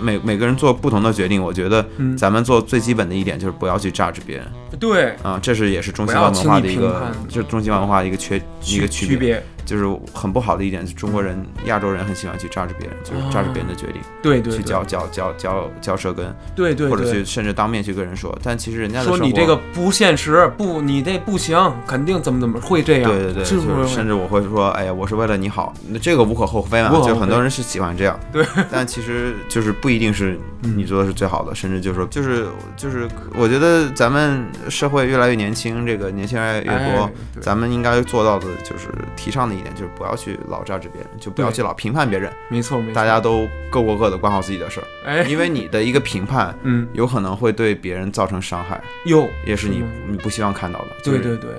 Speaker 2: 每每个人做不同的决定，我觉得
Speaker 1: 嗯
Speaker 2: 咱们做最基本的一点就是不要去 judge 别人
Speaker 1: 对
Speaker 2: 啊，这是也是中西
Speaker 1: 不要
Speaker 2: 方文化
Speaker 1: 轻
Speaker 2: 的
Speaker 1: 易
Speaker 2: 一
Speaker 1: 评
Speaker 2: 个
Speaker 1: 判，
Speaker 2: 就是中西方文化的一个缺一个
Speaker 1: 区
Speaker 2: 别，
Speaker 1: 别，
Speaker 2: 就是很不好的一点，是中国人、亚洲人很喜欢去 judge 别人，就是
Speaker 1: 啊
Speaker 2: judge 别人的决定，
Speaker 1: 对对
Speaker 2: 去
Speaker 1: 对
Speaker 2: 嚼嚼嚼嚼嚼舌根，
Speaker 1: 对对
Speaker 2: 或者
Speaker 1: 对
Speaker 2: 去甚至当面去跟人说，但其实人家的
Speaker 1: 说
Speaker 2: 生
Speaker 1: 你
Speaker 2: 活
Speaker 1: 这个不现实，不，你这不行，肯定怎么怎么会这样，
Speaker 2: 对对对，
Speaker 1: 是
Speaker 2: 就
Speaker 1: 不
Speaker 2: 是
Speaker 1: 是
Speaker 2: 甚？至我会说，哎呀，我是为了你好，那这个无可厚非嘛，
Speaker 1: 无可厚非
Speaker 2: 就很多人是喜欢这样，
Speaker 1: 对，
Speaker 2: 但其实就是不一定是
Speaker 1: 嗯
Speaker 2: 你做的是最好的，甚至就是说，就是就是，我觉得咱们社会越来越年轻，这个年轻人越来越多。
Speaker 1: 哎对
Speaker 2: 咱们应该做到的就是提倡的一点，就是不要去老 judge 别人，就不要
Speaker 1: 对
Speaker 2: 去老评判别人，
Speaker 1: 没错没错，
Speaker 2: 大家都各过各的，管好自己的事儿。
Speaker 1: 哎，
Speaker 2: 因为你的一个评判，
Speaker 1: 嗯
Speaker 2: 有可能会对别人造成伤害，
Speaker 1: 哟，
Speaker 2: 也是你
Speaker 1: 吗
Speaker 2: 你不希望看到的。就
Speaker 1: 对
Speaker 2: 是
Speaker 1: 对对，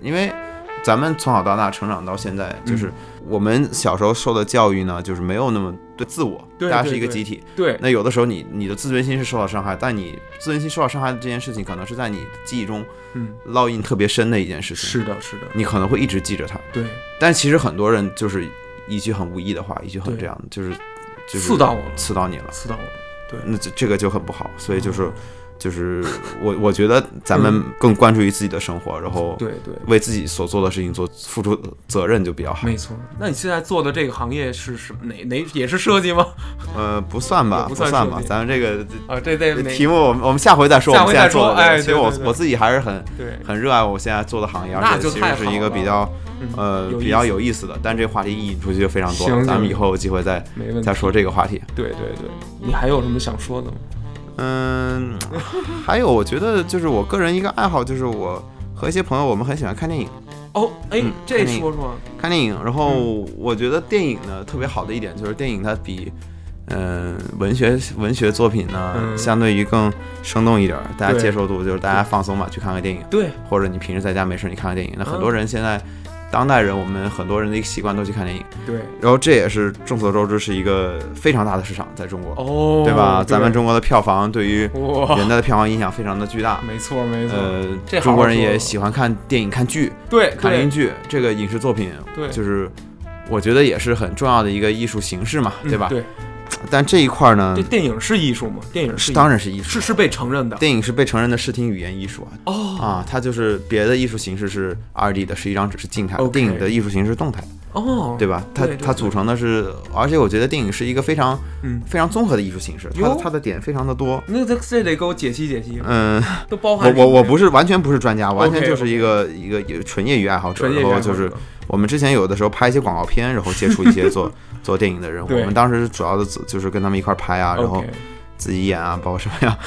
Speaker 2: 因为咱们从小到大成长到现在，
Speaker 1: 嗯
Speaker 2: 就是我们小时候受的教育呢，就是没有那么对自我，
Speaker 1: 对
Speaker 2: 大家
Speaker 1: 对
Speaker 2: 是一个
Speaker 1: 对
Speaker 2: 集体。
Speaker 1: 对
Speaker 2: 那有的时候你你的自尊心是受到伤害，但你自尊心受到伤害的这件事情，可能是在你记忆中
Speaker 1: 嗯，
Speaker 2: 烙印特别深的一件事情，
Speaker 1: 是的是的，
Speaker 2: 你可能会一直记着它。
Speaker 1: 对，
Speaker 2: 但其实很多人就是一句很无意的话，一句很
Speaker 1: 对
Speaker 2: 这样，就是就是
Speaker 1: 刺到我了，
Speaker 2: 刺到你了，
Speaker 1: 刺到我了，
Speaker 2: 那这这个就很不好。所以就是、
Speaker 1: 哦
Speaker 2: 就是我我觉得咱们
Speaker 1: 嗯
Speaker 2: 更关注于自己的生活，然后
Speaker 1: 对对。
Speaker 2: 哦为自己所做的事情做付出责任就比较好。
Speaker 1: 没错，那你现在做的这个行业是什么？哪哪也是设计吗？ [laughs]
Speaker 2: 呃，不算吧，
Speaker 1: 也不
Speaker 2: 不
Speaker 1: 算
Speaker 2: 算
Speaker 1: 是
Speaker 2: 吧
Speaker 1: 不，是
Speaker 2: 咱们这个
Speaker 1: 啊，这这
Speaker 2: 这
Speaker 1: 哪？
Speaker 2: 题目我们我们下回再说，
Speaker 1: 下
Speaker 2: 我
Speaker 1: 回
Speaker 2: 们现在
Speaker 1: 再说
Speaker 2: 做的这个。
Speaker 1: 哎
Speaker 2: 其实
Speaker 1: 对
Speaker 2: 我
Speaker 1: 对对
Speaker 2: 我自己还是很
Speaker 1: 对，
Speaker 2: 很热爱我现在做的行业，
Speaker 1: 那
Speaker 2: 而
Speaker 1: 就
Speaker 2: 且其
Speaker 1: 太
Speaker 2: 实是
Speaker 1: 好
Speaker 2: 一个
Speaker 1: 了
Speaker 2: 比较
Speaker 1: 嗯
Speaker 2: 呃
Speaker 1: 有
Speaker 2: 比
Speaker 1: 意
Speaker 2: 较
Speaker 1: 思
Speaker 2: 有意思的，但这个话题引出去就非常多
Speaker 1: 行
Speaker 2: 了，咱们
Speaker 1: 行
Speaker 2: 以后有机会再
Speaker 1: 没问题
Speaker 2: 再。说这个话题。
Speaker 1: 对对对，你还有什么想说的吗？
Speaker 2: 嗯， [laughs] 还有我觉得就是我个人一个爱好，就是我和一些朋友我们很喜欢看电影，
Speaker 1: 哦，哎
Speaker 2: 嗯，
Speaker 1: 这
Speaker 2: 看电影
Speaker 1: 说说，
Speaker 2: 看电影。然后
Speaker 1: 嗯
Speaker 2: 我觉得电影呢特别好的一点就是电影它比。嗯，文学文学作品呢，
Speaker 1: 嗯
Speaker 2: 相对于更生动一点儿，大家
Speaker 1: 对
Speaker 2: 接受度就是大家放松嘛，去看个电影，
Speaker 1: 对，
Speaker 2: 或者你平时在家没事儿你看个电影。那很
Speaker 1: 嗯
Speaker 2: 多人现在当代人我们很多人的一个习惯都去看电影，
Speaker 1: 对，
Speaker 2: 然后这也是众所周知是一个非常大的市场，在中国，
Speaker 1: 哦，
Speaker 2: 对吧？咱们中国的票房对于
Speaker 1: 哇，
Speaker 2: 人的票房影响非常的巨大。
Speaker 1: 没错没错，
Speaker 2: 呃
Speaker 1: 这，好好
Speaker 2: 中国人
Speaker 1: 说
Speaker 2: 也喜欢看电影、看剧、
Speaker 1: 对
Speaker 2: 看
Speaker 1: 对
Speaker 2: 英剧，这个影视作品
Speaker 1: 对，
Speaker 2: 就是我觉得也是很重要的一个艺术形式嘛，
Speaker 1: 嗯
Speaker 2: 对吧？
Speaker 1: 对，
Speaker 2: 但这一块呢
Speaker 1: 这，电影是艺术吗？电影
Speaker 2: 是
Speaker 1: 艺
Speaker 2: 当然是艺术，
Speaker 1: 是是被承认的
Speaker 2: 电影是被承认的视听语言艺术啊。
Speaker 1: 哦
Speaker 2: 啊，它就是别的艺术形式是二 D 的，是一张纸是静态的
Speaker 1: OK
Speaker 2: 电影的艺术形式是动态的，
Speaker 1: 哦，
Speaker 2: 对吧？它
Speaker 1: 对对
Speaker 2: 它
Speaker 1: 对
Speaker 2: 组成的是，而且我觉得电影是一个非常
Speaker 1: 嗯，
Speaker 2: 非常综合的艺术形式，它
Speaker 1: 哟
Speaker 2: 的它的点非常的多。
Speaker 1: 那这这得给我解析解析，
Speaker 2: 嗯，
Speaker 1: 都包含
Speaker 2: 我我
Speaker 1: 什么
Speaker 2: 我
Speaker 1: 呀
Speaker 2: 不是完全不是专家，完全
Speaker 1: OK，
Speaker 2: 就是一个一个一个纯业余爱好者，
Speaker 1: 纯业
Speaker 2: 然
Speaker 1: 余爱
Speaker 2: 后
Speaker 1: 好
Speaker 2: 就是
Speaker 1: 者
Speaker 2: 我们之前有的时候拍一些广告片，然后接触
Speaker 1: [laughs]
Speaker 2: 一些做做电影的人，我
Speaker 1: 对
Speaker 2: 们当时主要的组就是跟他们一块儿拍啊，然后
Speaker 1: OK，
Speaker 2: 自己演啊，包括什么
Speaker 1: [laughs]
Speaker 2: 呀，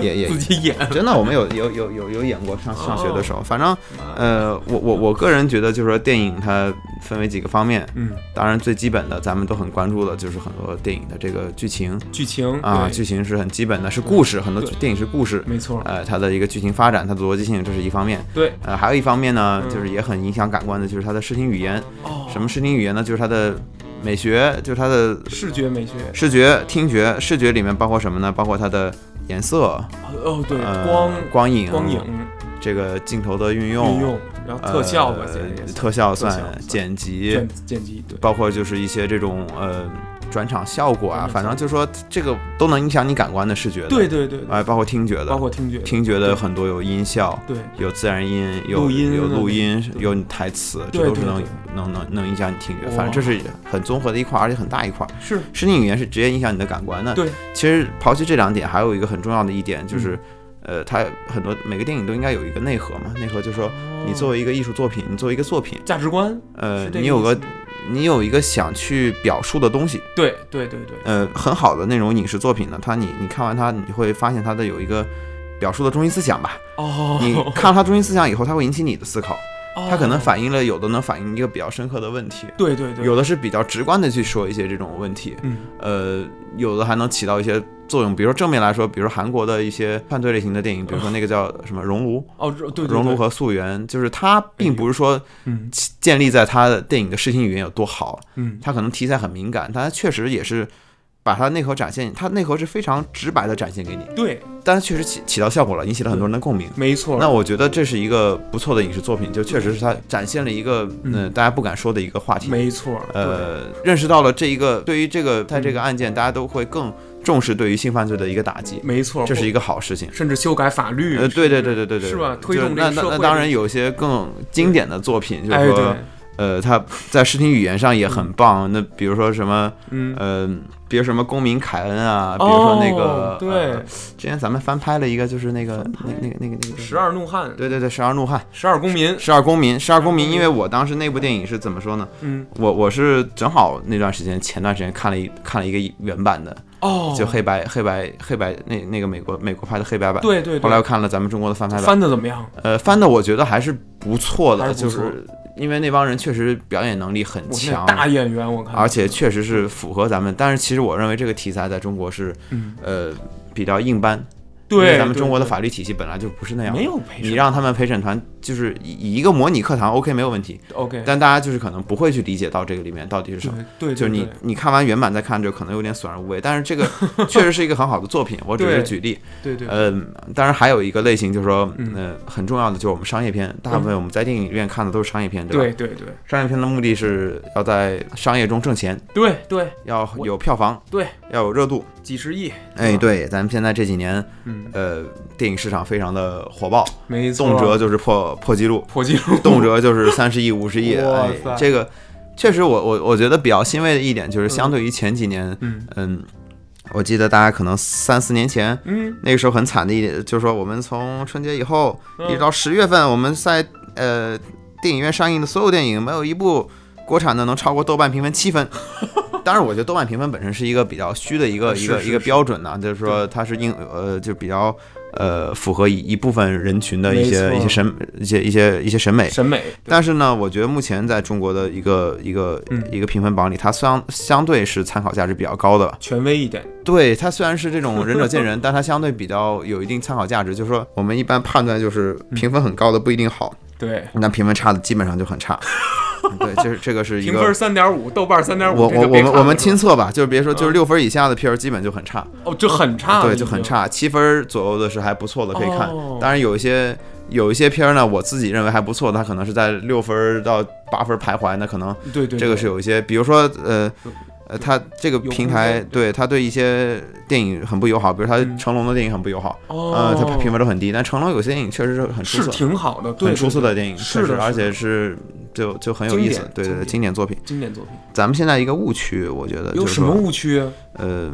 Speaker 2: 也也
Speaker 1: 自己演，哦
Speaker 2: 真的，我们有有有有有演过上上学的时候，反正呃，我我我个人觉得，就是说电影它分为几个方面，
Speaker 1: 嗯，
Speaker 2: 当然最基本的咱们都很关注的就是很多电影的这个剧情
Speaker 1: 剧情
Speaker 2: 啊，
Speaker 1: 嗯对
Speaker 2: 剧情是很基本的，是故事，很多
Speaker 1: 对
Speaker 2: 电影是故事，
Speaker 1: 没错，
Speaker 2: 呃，它的一个剧情发展，它的逻辑性这是一方面，
Speaker 1: 对
Speaker 2: 呃，还有一方面呢，
Speaker 1: 嗯
Speaker 2: 就是也很影响感官的，就是它的视听语言，
Speaker 1: 哦，
Speaker 2: 什么视听语言呢？就是它的美学，就是它的
Speaker 1: 视觉美学
Speaker 2: 视觉、听觉，视觉里面包括什么呢？包括它的颜色，
Speaker 1: 哦对
Speaker 2: 呃，
Speaker 1: 光
Speaker 2: 光影、
Speaker 1: 光影
Speaker 2: 这个镜头的运用，
Speaker 1: 运用，然后特效吧，
Speaker 2: 呃
Speaker 1: 简直也是
Speaker 2: 特效
Speaker 1: 特效
Speaker 2: 算
Speaker 1: 算
Speaker 2: 剪辑，
Speaker 1: 剪剪辑对
Speaker 2: 包括就是一些这种呃转场效果啊
Speaker 1: 转场效，果
Speaker 2: 反正就是说这个都能影响你感官的视觉的，
Speaker 1: 对对对，对
Speaker 2: 哎，包括听觉
Speaker 1: 包
Speaker 2: 的，
Speaker 1: 括听觉的
Speaker 2: 听觉的很多有音效。
Speaker 1: 对
Speaker 2: 有自然音，有
Speaker 1: 录音
Speaker 2: 有录音，
Speaker 1: 对
Speaker 2: 有台词，
Speaker 1: 对
Speaker 2: 这都是
Speaker 1: 对
Speaker 2: 能
Speaker 1: 对
Speaker 2: 能能能影响你听觉。
Speaker 1: 哇
Speaker 2: 反正这是很综合的一块，而且很大一块。
Speaker 1: 是
Speaker 2: 视听语言是直接影响你的感官的。
Speaker 1: 对，
Speaker 2: 其实刨去这两点，还有一个很重要的一点就是，
Speaker 1: 嗯
Speaker 2: 呃，它很多每个电影都应该有一个内核嘛。内核就是
Speaker 1: 哦
Speaker 2: 说，你作为一个艺术作品，你作为一个作品，
Speaker 1: 价值观
Speaker 2: 呃，
Speaker 1: 是这
Speaker 2: 你有
Speaker 1: 意思
Speaker 2: 个你有一个想去表述的东西。
Speaker 1: 对对对对
Speaker 2: 呃，很好的那种影视作品呢，它你你看完它，你会发现它的有一个表述的中心思想吧。
Speaker 1: 哦，
Speaker 2: 你看了它中心思想以后，它会引起你的思考，它可能
Speaker 1: 哦
Speaker 2: 反映了有的能反映一个比较深刻的问题。
Speaker 1: 对对对
Speaker 2: 有的是比较直观的去说一些这种问题，
Speaker 1: 嗯
Speaker 2: 呃，有的还能起到一些作用，比如说正面来说，比如说韩国的一些犯罪类型的电影，比如说那个叫什么《熔炉
Speaker 1: 哦对》，对
Speaker 2: 《熔炉》
Speaker 1: 对
Speaker 2: 和《溯源》，就是它并不是说
Speaker 1: 嗯
Speaker 2: 建立在它的电影的视听语言有多好，
Speaker 1: 嗯
Speaker 2: 它可能题材很敏感，但它确实也是把它内核展现，它内核是非常直白的展现给你，
Speaker 1: 对
Speaker 2: 但它确实起起到效果了，引起了很多人的共鸣。
Speaker 1: 没错
Speaker 2: 那我觉得这是一个不错的影视作品，就确实是它展现了一个嗯、呃大家不敢说的一个话题。
Speaker 1: 没错对
Speaker 2: 呃，认识到了这一个对于这个在这个案件，大家都会更重视对于性犯罪的一个打击，
Speaker 1: 没错
Speaker 2: 这是一个好事情。
Speaker 1: 甚至修改法律
Speaker 2: 呃，对对对对对对，
Speaker 1: 是吧
Speaker 2: 就
Speaker 1: 推动这
Speaker 2: 那
Speaker 1: 个
Speaker 2: 那
Speaker 1: 社
Speaker 2: 那
Speaker 1: 会
Speaker 2: 当
Speaker 1: 的
Speaker 2: 然有一些更经典的作品，就是
Speaker 1: 哎
Speaker 2: 说
Speaker 1: 对，
Speaker 2: 呃，它在视听语言上也很棒。那比如说什么，
Speaker 1: 嗯
Speaker 2: 呃，比如什么公民凯恩啊，比如说那
Speaker 1: 哦
Speaker 2: 个，
Speaker 1: 对
Speaker 2: 呃之前咱们翻拍了一个，就是那个那那个那个那个
Speaker 1: 十，二怒汉
Speaker 2: 那个对对对，十二怒汉，
Speaker 1: 十二公民
Speaker 2: 十二公民，十二公
Speaker 1: 公
Speaker 2: 民。
Speaker 1: 民
Speaker 2: 因为我当时那部电影是怎么说呢？
Speaker 1: 嗯
Speaker 2: 我我是正好那段时间，前段时间看了一看了一个原版的，
Speaker 1: 哦
Speaker 2: 就黑白黑白黑白那那个美国美国拍的黑白版。
Speaker 1: 对对
Speaker 2: 后来
Speaker 1: 对
Speaker 2: 又看了咱们中国的翻拍版，
Speaker 1: 翻的怎么样
Speaker 2: 呃，翻的我觉得还是不错的，
Speaker 1: 还是不
Speaker 2: 就
Speaker 1: 错
Speaker 2: 是因为那帮人确实表演能力很
Speaker 1: 我
Speaker 2: 强
Speaker 1: 那，大演员我看
Speaker 2: 而且确实是符合咱们。但是其实我认为这个题材在中国是
Speaker 1: 嗯
Speaker 2: 呃比较硬搬，因为
Speaker 1: 对
Speaker 2: 咱们中国的
Speaker 1: 对
Speaker 2: 法律体系本来就不是那样的
Speaker 1: 没。有陪
Speaker 2: 你让他们陪审团就是以以一个模拟课堂 OK 没有问题，
Speaker 1: OK
Speaker 2: 但大家就是可能不会去理解到这个里面到底是什么
Speaker 1: 对。对
Speaker 2: 就是你
Speaker 1: 对
Speaker 2: 你看完原版再看，就可能有点索然无味。但是这
Speaker 1: [laughs]
Speaker 2: 个确实是一个很好的作品，我只是
Speaker 1: 对
Speaker 2: 举例。
Speaker 1: 对对对
Speaker 2: 嗯，当然还有一个类型，就是说，
Speaker 1: 嗯
Speaker 2: 呃，很重要的就是我们商业片，大部分我们在电影院看的都是商业片，对吧？
Speaker 1: 对对对
Speaker 2: 商业片的目的是要在商业中挣钱，
Speaker 1: 对对
Speaker 2: 要
Speaker 1: 我
Speaker 2: 有票房，
Speaker 1: 对，
Speaker 2: 要有热度。
Speaker 1: 几十亿
Speaker 2: 哎，对，咱们现在这几年，
Speaker 1: 嗯
Speaker 2: 呃，电影市场非常的火爆，
Speaker 1: 没错
Speaker 2: 动辄就是破破纪录，
Speaker 1: 破纪录
Speaker 2: 动
Speaker 1: [laughs]
Speaker 2: 辄就是三十亿、五十亿。
Speaker 1: 哇
Speaker 2: 哎
Speaker 1: 塞，
Speaker 2: 这个确实我，我我觉得比较欣慰的一点就是，
Speaker 1: 嗯
Speaker 2: 相对于前几年，
Speaker 1: 嗯
Speaker 2: 嗯，我记得大家可能三四年前
Speaker 1: 嗯
Speaker 2: 那个时候很惨的一点，就是说我们从春节以后
Speaker 1: 嗯
Speaker 2: 一直到十月份，我们在呃电影院上映的所有电影，没有一部国产的能超过豆瓣评分七分。当然，我觉得豆瓣评分本身是一个比较虚的一个
Speaker 1: 呃是
Speaker 2: 一个
Speaker 1: 是
Speaker 2: 一个
Speaker 1: 是
Speaker 2: 标准呢、就是说它是应呃就比较呃符合一一部分人群的一
Speaker 1: 没
Speaker 2: 些
Speaker 1: 错
Speaker 2: 一些审一些一些一些审美。
Speaker 1: 嗯审美，对
Speaker 2: 但是呢，我觉得目前在中国的一个一个、
Speaker 1: 嗯
Speaker 2: 一个评分榜里，它相相对是参考价值比较高的吧。
Speaker 1: 权威一点，
Speaker 2: 对它虽然是这种仁者见
Speaker 1: [laughs]
Speaker 2: 仁，但它相对比较有一定参考价值。就是说，我们一般判断就是评分很高的不一定
Speaker 1: [laughs]
Speaker 2: 好，
Speaker 1: 对，
Speaker 2: 那评分差的基本上就很
Speaker 1: [laughs]
Speaker 2: 差。对，就是这个是一
Speaker 1: 评
Speaker 2: 个
Speaker 1: 分三点五，豆瓣三点五，
Speaker 2: 我
Speaker 1: 这
Speaker 2: 我
Speaker 1: 个
Speaker 2: 我
Speaker 1: 别
Speaker 2: 们
Speaker 1: 看
Speaker 2: 我们
Speaker 1: 了是吧
Speaker 2: 亲测吧，就是别说就是六分以下的片儿基本就很差，
Speaker 1: 哦，就很嗯差，
Speaker 2: 对，就很。差。七分左右的是还不错的，可以看
Speaker 1: 哦。
Speaker 2: 当然有一些有一些片儿呢，我自己认为还不错，它可能是在六分到八分徘徊，那可能
Speaker 1: 对对，
Speaker 2: 这个
Speaker 1: 对
Speaker 2: 是有一些，比如说呃
Speaker 1: 有。
Speaker 2: 呃，它这个
Speaker 1: 有
Speaker 2: 平
Speaker 1: 空
Speaker 2: 台
Speaker 1: 间
Speaker 2: 对它对一些电影很不友好，比如它
Speaker 1: 嗯
Speaker 2: 成龙的电影很不友好，
Speaker 1: 哦
Speaker 2: 呃，，它评分都很低。但成龙有些电影确实是很出
Speaker 1: 是
Speaker 2: 色，
Speaker 1: 挺好的，对，
Speaker 2: 很出
Speaker 1: 对
Speaker 2: 色的
Speaker 1: 对
Speaker 2: 电影，
Speaker 1: 是
Speaker 2: 确实
Speaker 1: 的，
Speaker 2: 而
Speaker 1: 是的
Speaker 2: 且是就就很有
Speaker 1: 经
Speaker 2: 意思
Speaker 1: 典，
Speaker 2: 对对对，
Speaker 1: 经典
Speaker 2: 经典作品。
Speaker 1: 经典作品。
Speaker 2: 咱们现在一个误区，我觉得
Speaker 1: 有
Speaker 2: 就是
Speaker 1: 什么
Speaker 2: 说
Speaker 1: 误区？啊
Speaker 2: 呃，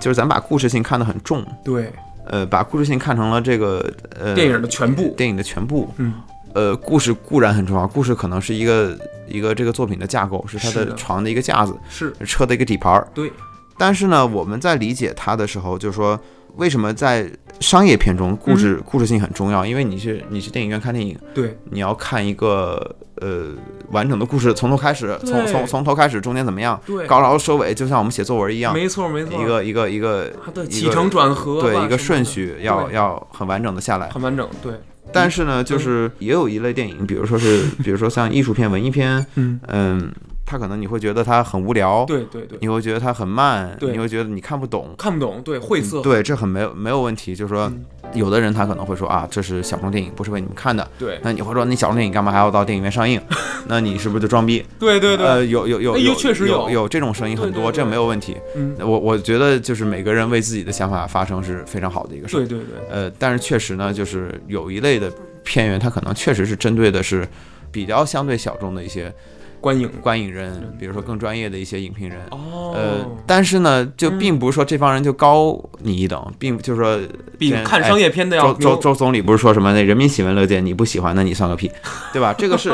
Speaker 2: 就是咱们把故事性看得很重，
Speaker 1: 对，
Speaker 2: 呃，把故事性看成了这个呃
Speaker 1: 电影的全部。
Speaker 2: 电影的全部。
Speaker 1: 嗯，
Speaker 2: 呃，故事固然很重要，故事可能是一个一个这个作品的架构，是它
Speaker 1: 是
Speaker 2: 的
Speaker 1: 的
Speaker 2: 床的一个架子，
Speaker 1: 是
Speaker 2: 车的一个底盘儿。
Speaker 1: 对，
Speaker 2: 但是呢，我们在理解它的时候，就是说为什么在商业片中故
Speaker 1: 嗯
Speaker 2: 事、故事性很重要？因为你去你去电影院看电影，
Speaker 1: 对，
Speaker 2: 你要看一个呃完整的故事，从头开始，从
Speaker 1: 对
Speaker 2: 从从头开始，中间怎么样，
Speaker 1: 对
Speaker 2: 高潮收尾，就像我们写作文一样，
Speaker 1: 没错没错，
Speaker 2: 一个一个一个
Speaker 1: 它的
Speaker 2: 一
Speaker 1: 起
Speaker 2: 个
Speaker 1: 承转合吧，
Speaker 2: 对一
Speaker 1: 什么
Speaker 2: 个
Speaker 1: 的
Speaker 2: 顺，序要
Speaker 1: 对
Speaker 2: 要很完整的下来。
Speaker 1: 很完整。对，
Speaker 2: 但是呢，
Speaker 1: 嗯
Speaker 2: 就是也有一类电影，比如说是比如说像艺术片、文艺片，
Speaker 1: 嗯，
Speaker 2: 嗯，它可能你会觉得它很无聊，
Speaker 1: 对对对，
Speaker 2: 你会觉得它很慢，
Speaker 1: 对
Speaker 2: 你会觉得你看不懂。嗯
Speaker 1: 看不懂，对晦涩，嗯
Speaker 2: 对，这很没有没有问题。就是说，有的人他可能会说啊，这是小众电影，不是为你们看的。
Speaker 1: 对
Speaker 2: 那你会说，你小众电影干嘛还要到电影院
Speaker 1: [laughs]
Speaker 2: 上映？那你是不是就装逼？
Speaker 1: 对对对，
Speaker 2: 呃，有有有
Speaker 1: 哎
Speaker 2: 有，
Speaker 1: 确实
Speaker 2: 有
Speaker 1: 有
Speaker 2: 这种声音很
Speaker 1: 对
Speaker 2: 多，
Speaker 1: 对对
Speaker 2: 这没有问题。
Speaker 1: 嗯，
Speaker 2: 我我觉得就是每个人为自己的想法发声是非常好的一个事。
Speaker 1: 对对对，
Speaker 2: 呃，但是确实呢，就是有一类的片源，它可能确实是针对的是比较相对小众的一些
Speaker 1: 观影
Speaker 2: 观影人，比如说更专业的一些影评人。
Speaker 1: 嗯哦，嗯
Speaker 2: 呃，但是呢，就并不是说这帮人就高你一等，并不就是说
Speaker 1: 比
Speaker 2: 这样
Speaker 1: 看
Speaker 2: 哎
Speaker 1: 商业片的要
Speaker 2: 周周
Speaker 1: 牛
Speaker 2: 周总理不是说什么那人民喜闻乐见，你不喜欢那你算个
Speaker 1: [laughs]
Speaker 2: 屁，对吧？这个是，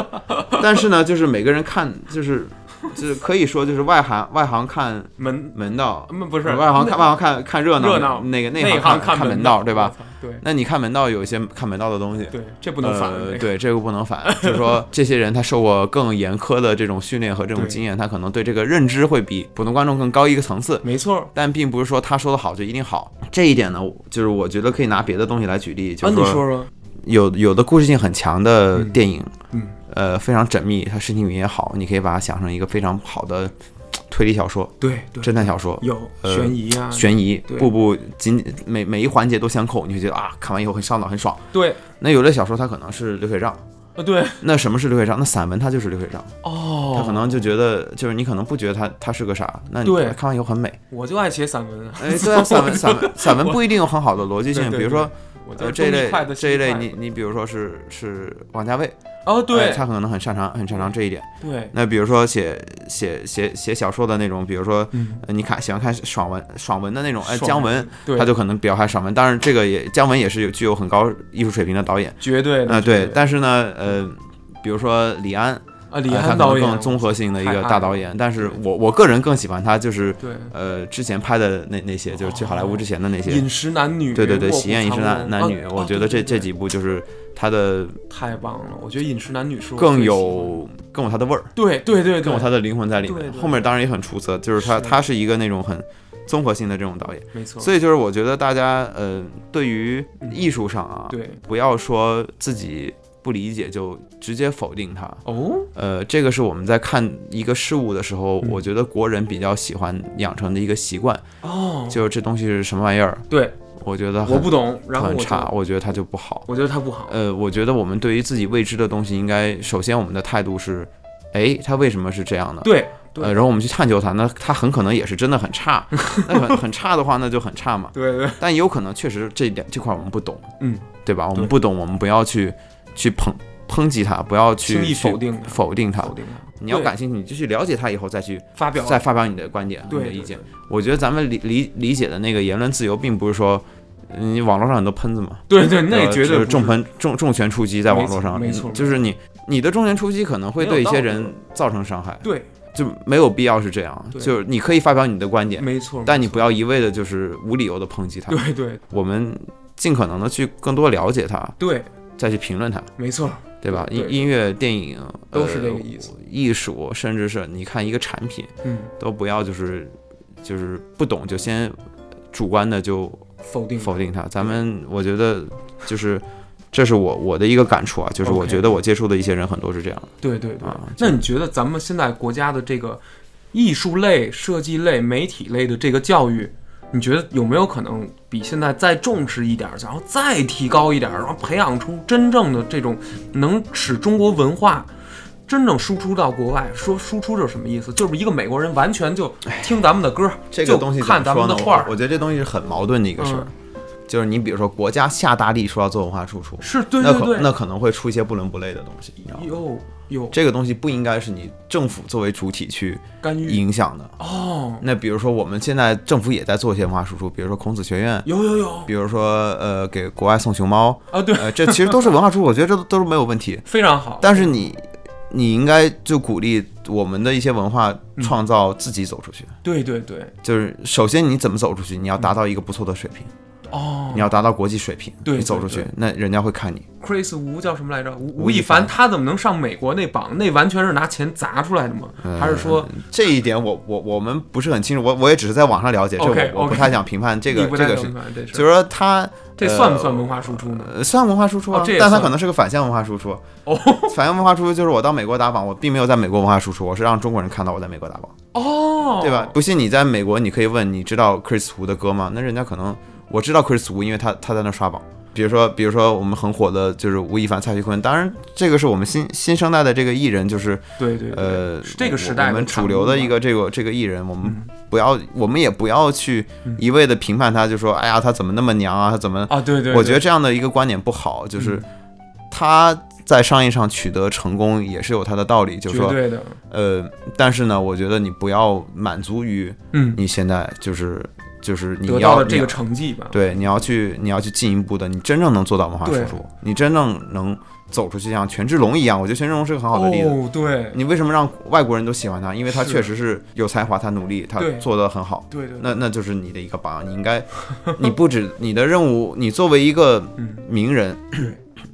Speaker 2: 但是呢，就是每个人看就是就是可以说就是外行外行看
Speaker 1: 门
Speaker 2: 门道，
Speaker 1: 嗯不是
Speaker 2: 外行看外行看看热闹，
Speaker 1: 热闹
Speaker 2: 那个内
Speaker 1: 内
Speaker 2: 行
Speaker 1: 看
Speaker 2: 看
Speaker 1: 门
Speaker 2: 道，对吧？？
Speaker 1: 对
Speaker 2: 那你看门道有一些看门道的东西。
Speaker 1: 对，这不能反
Speaker 2: 呃
Speaker 1: 这个
Speaker 2: 对，这个不能反，就是说这些人他受过更严苛的这种训练和这种
Speaker 1: 对
Speaker 2: 经验，他可能对这个认知会比普通观众更高一个层次。
Speaker 1: 没错。
Speaker 2: 但并不是说他说的好就一定好，这一点呢，我就是我觉得可以拿别的东西来举例，就
Speaker 1: 啊，
Speaker 2: 是
Speaker 1: 你说说，
Speaker 2: 有有的故事性很强的电影，
Speaker 1: 嗯
Speaker 2: 呃，非常缜密，它视听语言也好，你可以把它想成一个非常好的嘖推理小说、
Speaker 1: 对对，
Speaker 2: 侦探小说、
Speaker 1: 有
Speaker 2: 呃
Speaker 1: 悬疑啊，
Speaker 2: 悬疑，
Speaker 1: 对
Speaker 2: 步步紧每每一环节都相扣，你会觉得啊，看完以后很上脑，很爽。
Speaker 1: 对，
Speaker 2: 那有的小说它可能是流水账，
Speaker 1: 呃对，
Speaker 2: 那什么是流水账？那散文它就是流水账，
Speaker 1: 哦，
Speaker 2: 它可能就觉得就是你可能不觉得它它是个啥，那你
Speaker 1: 对
Speaker 2: 看完以
Speaker 1: [laughs]
Speaker 2: 后很美。
Speaker 1: 我就爱写散文，
Speaker 2: 哎，对啊，散文散文散文不一定有很好的逻辑性，
Speaker 1: 对对
Speaker 2: 比如说。
Speaker 1: 我就
Speaker 2: 呃，
Speaker 1: 是
Speaker 2: 这一
Speaker 1: 中立
Speaker 2: 类
Speaker 1: 派的
Speaker 2: 这一类
Speaker 1: 中立
Speaker 2: 你，你比如说是是王家卫，
Speaker 1: 派哦
Speaker 2: 哎
Speaker 1: 对
Speaker 2: 他可能很擅长很擅长这一点。
Speaker 1: 对，
Speaker 2: 那比如说写写写写小说的那种，比如说、
Speaker 1: 嗯，
Speaker 2: 呃你看喜欢看爽文爽文的那种，哎，
Speaker 1: 爽
Speaker 2: 姜文，
Speaker 1: 对，
Speaker 2: 他就可能比较爱爽文。当然，这个也姜文也是有具有很高艺术水平的导演，
Speaker 1: 绝对的
Speaker 2: 呃，对
Speaker 1: 绝。
Speaker 2: 但是呢，呃，比如说李安，
Speaker 1: 啊，李
Speaker 2: 呃他
Speaker 1: 安
Speaker 2: 可能
Speaker 1: 导演
Speaker 2: 更综合性的一
Speaker 1: 太
Speaker 2: 个
Speaker 1: 爱
Speaker 2: 大
Speaker 1: 了
Speaker 2: 导演。但是我我个人更喜欢他就是
Speaker 1: 对
Speaker 2: 呃之前拍的那那些，就是去好莱坞之前的那些。
Speaker 1: 饮食男女，
Speaker 2: 对对对，
Speaker 1: 卧虎
Speaker 2: 喜宴饮食
Speaker 1: 藏
Speaker 2: 男
Speaker 1: 龙
Speaker 2: 男
Speaker 1: 啊
Speaker 2: 女，
Speaker 1: 啊
Speaker 2: 我觉
Speaker 1: 对对
Speaker 2: 得这这
Speaker 1: 对
Speaker 2: 几部就是他的
Speaker 1: 太棒了，我觉得饮食男女是我
Speaker 2: 更
Speaker 1: 最喜
Speaker 2: 有更有他的味儿，
Speaker 1: 欢对对对
Speaker 2: 更
Speaker 1: 对
Speaker 2: 有，他的灵魂在里
Speaker 1: 对
Speaker 2: 面。
Speaker 1: 对
Speaker 2: 后面当然也很出色，就是他
Speaker 1: 是
Speaker 2: 他是一个那种很综合性的这种导演，
Speaker 1: 没错，
Speaker 2: 所以就是我觉得大家呃对于
Speaker 1: 嗯
Speaker 2: 艺术上啊，
Speaker 1: 对
Speaker 2: 不要说自己不理解就直接否定它。
Speaker 1: 哦，
Speaker 2: 呃，这个是我们在看一个事物的时候，
Speaker 1: 嗯
Speaker 2: 我觉得国人比较喜欢养成的一个习惯，
Speaker 1: 哦，
Speaker 2: 就是这东西是什么玩意儿，
Speaker 1: 对，
Speaker 2: 我觉得
Speaker 1: 我
Speaker 2: 很
Speaker 1: 不懂，然后
Speaker 2: 很
Speaker 1: 我就
Speaker 2: 差，，我觉得它就不好。
Speaker 1: 我觉得他不好，
Speaker 2: 呃，我觉得我们对于自己未知的东西，应该首先我们的态度是，哎，它为什么是这样的？
Speaker 1: 对
Speaker 2: 呃，
Speaker 1: 对
Speaker 2: 然后我们去探究它，那它很可能也是真的很差，
Speaker 1: [laughs]
Speaker 2: 那很很差的话，那就很差嘛。
Speaker 1: 对对，
Speaker 2: 但也有可能确实这一点这块我们不懂，
Speaker 1: 嗯，
Speaker 2: 对吧？我们
Speaker 1: 对
Speaker 2: 不懂，我们不要去去抨抨击它，不要去
Speaker 1: 轻易
Speaker 2: 去
Speaker 1: 否定它
Speaker 2: 否定它
Speaker 1: 否。定他，
Speaker 2: 你要
Speaker 1: 对
Speaker 2: 感兴趣，你就去了解它以后再去
Speaker 1: 发表
Speaker 2: 再发表你的观点、你
Speaker 1: 对
Speaker 2: 的意
Speaker 1: 对
Speaker 2: 见。我觉得咱们理理理解的那个言论自由，并不是说，嗯你网络上很多喷子嘛，
Speaker 1: 对对，那
Speaker 2: 呃
Speaker 1: 也绝
Speaker 2: 就
Speaker 1: 对
Speaker 2: 是
Speaker 1: 不
Speaker 2: 重拳重重拳出击，在网络上，
Speaker 1: 没错没错
Speaker 2: 就是你你的重拳出击可能会对一些
Speaker 1: 没有道
Speaker 2: 人造成伤害，
Speaker 1: 对，
Speaker 2: 就没有必要是这样，
Speaker 1: 对
Speaker 2: 就是你可以发表你的观点，
Speaker 1: 没错，
Speaker 2: 但你不
Speaker 1: 要
Speaker 2: 要一味的就是无理由的抨击他。
Speaker 1: 对对
Speaker 2: 我们尽可能的去更多了解它，
Speaker 1: 对，
Speaker 2: 再去评论它，
Speaker 1: 没错，
Speaker 2: 对吧？音
Speaker 1: 对
Speaker 2: 音乐、电影
Speaker 1: 都是这个
Speaker 2: 呃
Speaker 1: 意思
Speaker 2: 艺术，甚至是你看一个产品，
Speaker 1: 嗯，
Speaker 2: 都不要就是就是不懂就先主观的就
Speaker 1: 否定
Speaker 2: 否定它。咱们我觉得就是这是我我的一个感触啊，就是我
Speaker 1: OK
Speaker 2: 觉得我接触的一些人很多是这样的
Speaker 1: 对对对。
Speaker 2: 啊。
Speaker 1: 那你觉得咱们现在国家的这个艺术类、设计类、媒体类的这个教育，你觉得有没有可能比现在再重视一点儿，然后再提高一点儿，然后培养出真正的这种能使中国文化真正输出到国外？说输出就是什么意思？就是一个美国人完全就听咱们的歌，
Speaker 2: 这
Speaker 1: 就
Speaker 2: 个东西怎
Speaker 1: 看
Speaker 2: 么
Speaker 1: 咱
Speaker 2: 说
Speaker 1: 们
Speaker 2: 呢
Speaker 1: 的？画
Speaker 2: 我
Speaker 1: 儿，嗯
Speaker 2: 我觉得这东西是很矛盾的一个事儿，就是你比如说国家下大力说要做文化输出，
Speaker 1: 是对对
Speaker 2: 那可
Speaker 1: 对，
Speaker 2: 那可能会出一些不伦不类的东西，你知道吗？
Speaker 1: 有有
Speaker 2: 这个东西不应该是你政府作为主体去
Speaker 1: 干预
Speaker 2: 影响的。
Speaker 1: 哦，
Speaker 2: 那比如说我们现在政府也在做一些文化输出，比如说孔子学院，
Speaker 1: 有有有
Speaker 2: 比如说呃给国外送熊猫，
Speaker 1: 啊，对，
Speaker 2: 呃这其实都是文化输出，我觉得这都都是没有问题。
Speaker 1: 非常好，
Speaker 2: 但是你你应该就鼓励我们的一些文化创造自己走出去，
Speaker 1: 对对对，
Speaker 2: 就是首先你怎么走出去，你要达到一个不错的水平，
Speaker 1: 哦
Speaker 2: 你，要达到国际水平，
Speaker 1: 对
Speaker 2: 你走出
Speaker 1: 对
Speaker 2: 去，那人家会看你。
Speaker 1: Chris 吴叫什么来着？吴
Speaker 2: 吴
Speaker 1: 吴亦
Speaker 2: 亦凡
Speaker 1: 凡，他怎么能上美国那榜？那完全是拿钱砸出来的吗？
Speaker 2: 呃
Speaker 1: 还是说
Speaker 2: 这一点我我我们不是很清楚，我我也只是在网上了解，这我
Speaker 1: OK，OK
Speaker 2: 我不太想评判这个
Speaker 1: 你不
Speaker 2: 这
Speaker 1: 太
Speaker 2: 个
Speaker 1: 懂
Speaker 2: 是，
Speaker 1: 反正这事
Speaker 2: 就
Speaker 1: 儿？
Speaker 2: 是说呃他
Speaker 1: 这算不算文化输出呢？
Speaker 2: 呃算文化输出啊，
Speaker 1: 哦这也
Speaker 2: 但他
Speaker 1: 算
Speaker 2: 可能是个反向文化输出。
Speaker 1: 哦，
Speaker 2: 反向文化输出就是我到美国打榜，我并没有在美国文化输出，我是让中国人看到我在美国打榜，
Speaker 1: 哦，
Speaker 2: 对吧？？不信你在美国，你可以问你知道 Chris Wu 的歌吗？那人家可能我知道 Chris Wu，因为他他在那刷榜。比如说，比如说我们很火的就是吴亦凡、蔡徐坤，当然这个是我们新新生代的这个艺人，就是
Speaker 1: 对对，对
Speaker 2: 呃，
Speaker 1: 是这个时
Speaker 2: 我
Speaker 1: 代
Speaker 2: 我们
Speaker 1: 的产
Speaker 2: 主流
Speaker 1: 物
Speaker 2: 的
Speaker 1: 嘛嗯
Speaker 2: 一个这个这个艺人，我们不要，我们也不要去一味的评判他，就说哎呀，他怎么那么娘啊，他怎么？
Speaker 1: 啊，对对，嗯
Speaker 2: 我觉得
Speaker 1: 得
Speaker 2: 这样的一个观点不好，就是他在商业上取得成功也是有他的道理，就是
Speaker 1: 绝
Speaker 2: 说
Speaker 1: 对的，
Speaker 2: 呃，但是呢，我觉得你不要满足于
Speaker 1: 嗯，
Speaker 2: 你现在就是就是你
Speaker 1: 得到
Speaker 2: 要
Speaker 1: 了这个
Speaker 2: 你
Speaker 1: 成绩吧？
Speaker 2: 对，你要去你要去进一步的，你真正能做到文化输
Speaker 1: 对
Speaker 2: 出，你真正能走出去，像权志龙一样，我觉得权志龙是个很好的例子。嗯
Speaker 1: 哦，对
Speaker 2: 你为什么让外国人都喜欢他？因为他
Speaker 1: 是
Speaker 2: 确实是有才华，他努力，他
Speaker 1: 对
Speaker 2: 做得很好。
Speaker 1: 对对，对
Speaker 2: 那那就是你的一个榜样，你应
Speaker 1: [laughs]
Speaker 2: 该，你不止你的任务，你作为一个
Speaker 1: 嗯
Speaker 2: 名人，
Speaker 1: 对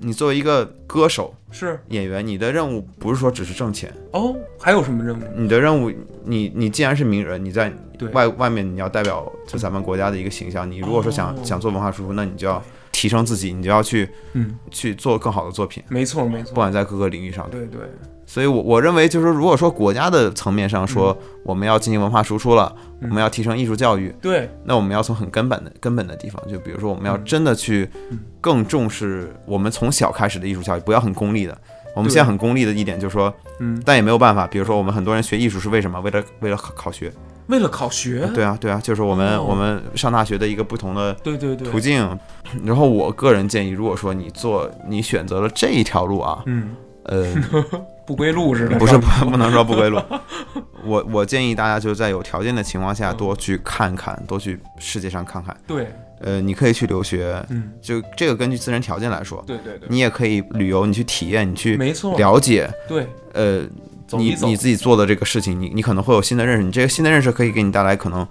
Speaker 2: 你作为一个歌手、
Speaker 1: 是
Speaker 2: 演员，你的任务不是说只是挣钱，
Speaker 1: 哦，还有什么任务？
Speaker 2: 你的任务，你你既然是名人，你在
Speaker 1: 对
Speaker 2: 外外面你要代表就咱们国家的一个形象，你如果说想、
Speaker 1: 哦
Speaker 2: 想做文化输出，那你就要提升自己，你就要去
Speaker 1: 嗯，
Speaker 2: 去做更好的作品，
Speaker 1: 没错没
Speaker 2: 不
Speaker 1: 错，
Speaker 2: 管在各个领域上，
Speaker 1: 对对
Speaker 2: 所以我，我认为就是，如果说国家的层面上说，
Speaker 1: 嗯
Speaker 2: 我们要进行文化输出了，我们要提升艺术教育，
Speaker 1: 对，
Speaker 2: 那我们要从很根本的根本的地方，就比如说，我们要
Speaker 1: 嗯
Speaker 2: 真的去
Speaker 1: 嗯
Speaker 2: 更重视我们从小开始的艺术教育，不要很功利的。我们现在很功利的一点就是说，
Speaker 1: 嗯，
Speaker 2: 但也没有办法。比如说，我们很多人学艺术是为什么？为了为了考考学。
Speaker 1: 为了考学，
Speaker 2: 对啊，对啊，就是我们、
Speaker 1: 嗯哦
Speaker 2: 我们上大学的一个不同的
Speaker 1: 对对对，
Speaker 2: 途径。然后，我个人建议，如果说你做你选择了这一条路啊，
Speaker 1: 嗯，
Speaker 2: 呃，
Speaker 1: 不归路似的，
Speaker 2: 不是不不能说不归路，我我建议大家就在有条件的情况下
Speaker 1: 嗯
Speaker 2: 多去看看，多去世界上看看。
Speaker 1: 对，
Speaker 2: 呃，你可以去留学，
Speaker 1: 嗯，
Speaker 2: 就这个根据自身条件来说，
Speaker 1: 对对对，
Speaker 2: 你也可以旅游，你去体验，你去
Speaker 1: 没错，
Speaker 2: 了解，
Speaker 1: 对，
Speaker 2: 呃，
Speaker 1: 走
Speaker 2: 你
Speaker 1: 一走
Speaker 2: 你自己做的这个事情，你你可能会有新的认识，你这个新的认识可以给你带来可能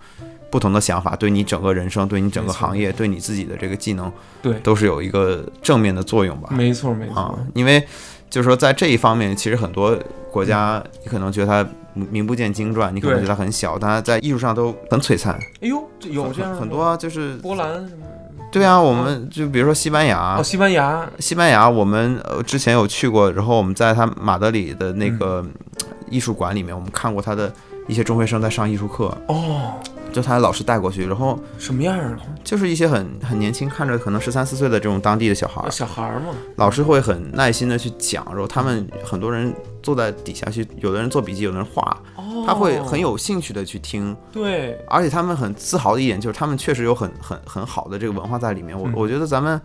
Speaker 2: 不同的想法，对你整个人生，对你整个
Speaker 1: 没错
Speaker 2: 行业，对你自己的这个技能，
Speaker 1: 对
Speaker 2: 都是有一个正面的作用吧。
Speaker 1: 没错没
Speaker 2: 啊
Speaker 1: 错，，
Speaker 2: 因为就是说在这一方面，其实很多国家你可能觉得它名不见经传，你可
Speaker 1: 嗯
Speaker 2: 能
Speaker 1: 对
Speaker 2: 觉得它很小，但它在艺术上都很璀璨，
Speaker 1: 哎呦，这有
Speaker 2: 很
Speaker 1: 这样的
Speaker 2: 很
Speaker 1: 吗
Speaker 2: 多啊就是
Speaker 1: 波兰什么
Speaker 2: 对啊，我们就比如说西班牙
Speaker 1: 哦，。西班牙
Speaker 2: 西班牙，我们呃之前有去过，然后我们在它马德里的那个
Speaker 1: 嗯
Speaker 2: 艺术馆里面，我们看过他的一些中学生在上艺术课，
Speaker 1: 哦，
Speaker 2: 就他的老师带过去，然后
Speaker 1: 什么样啊？
Speaker 2: 就是一些很很年轻，看着可能十三四岁的这种当地的小孩儿，
Speaker 1: 小孩儿嘛，
Speaker 2: 老师会很耐心的去讲，然后他们很多人坐在底下去，有的人做笔记，有的人画，
Speaker 1: 哦，
Speaker 2: 他会很有兴趣的去听，
Speaker 1: 对，
Speaker 2: 而且他们很自豪的一点就是他们确实有很很很好的这个文化在里面。我
Speaker 1: 嗯
Speaker 2: 我觉得咱们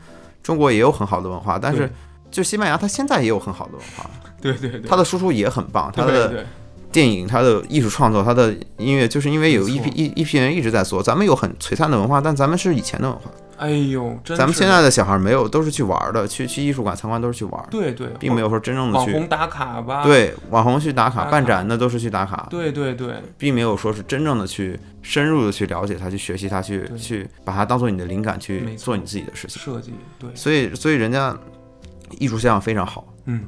Speaker 2: 中国也有很好的文化，但是
Speaker 1: 对
Speaker 2: 就西班牙，它现在也有很好的文化，
Speaker 1: 对对对，
Speaker 2: 它的输出也很棒，它
Speaker 1: 对
Speaker 2: 的
Speaker 1: 对
Speaker 2: 电影、它的艺术创作、它的音乐，就是因为有一批
Speaker 1: 没错
Speaker 2: 一一批人一直在做，咱们有很璀璨的文化，但咱们是以前的文化，
Speaker 1: 哎呦，真
Speaker 2: 咱们
Speaker 1: 是
Speaker 2: 现在的小孩没有，都是去玩儿的，去去艺术馆参观都是去玩儿，
Speaker 1: 对对，
Speaker 2: 并没有说真正的
Speaker 1: 网
Speaker 2: 去
Speaker 1: 红打卡吧？
Speaker 2: 对网红去打卡、
Speaker 1: 打卡
Speaker 2: 办展的都是去打卡，
Speaker 1: 对对对，
Speaker 2: 并没有说是真正的去深入的去了解它、去学习它、去
Speaker 1: 对
Speaker 2: 去把它当做你的灵感去
Speaker 1: 没
Speaker 2: 做你自己的事情。
Speaker 1: 设计对，
Speaker 2: 所以，所以人家艺术修养非常好，
Speaker 1: 嗯，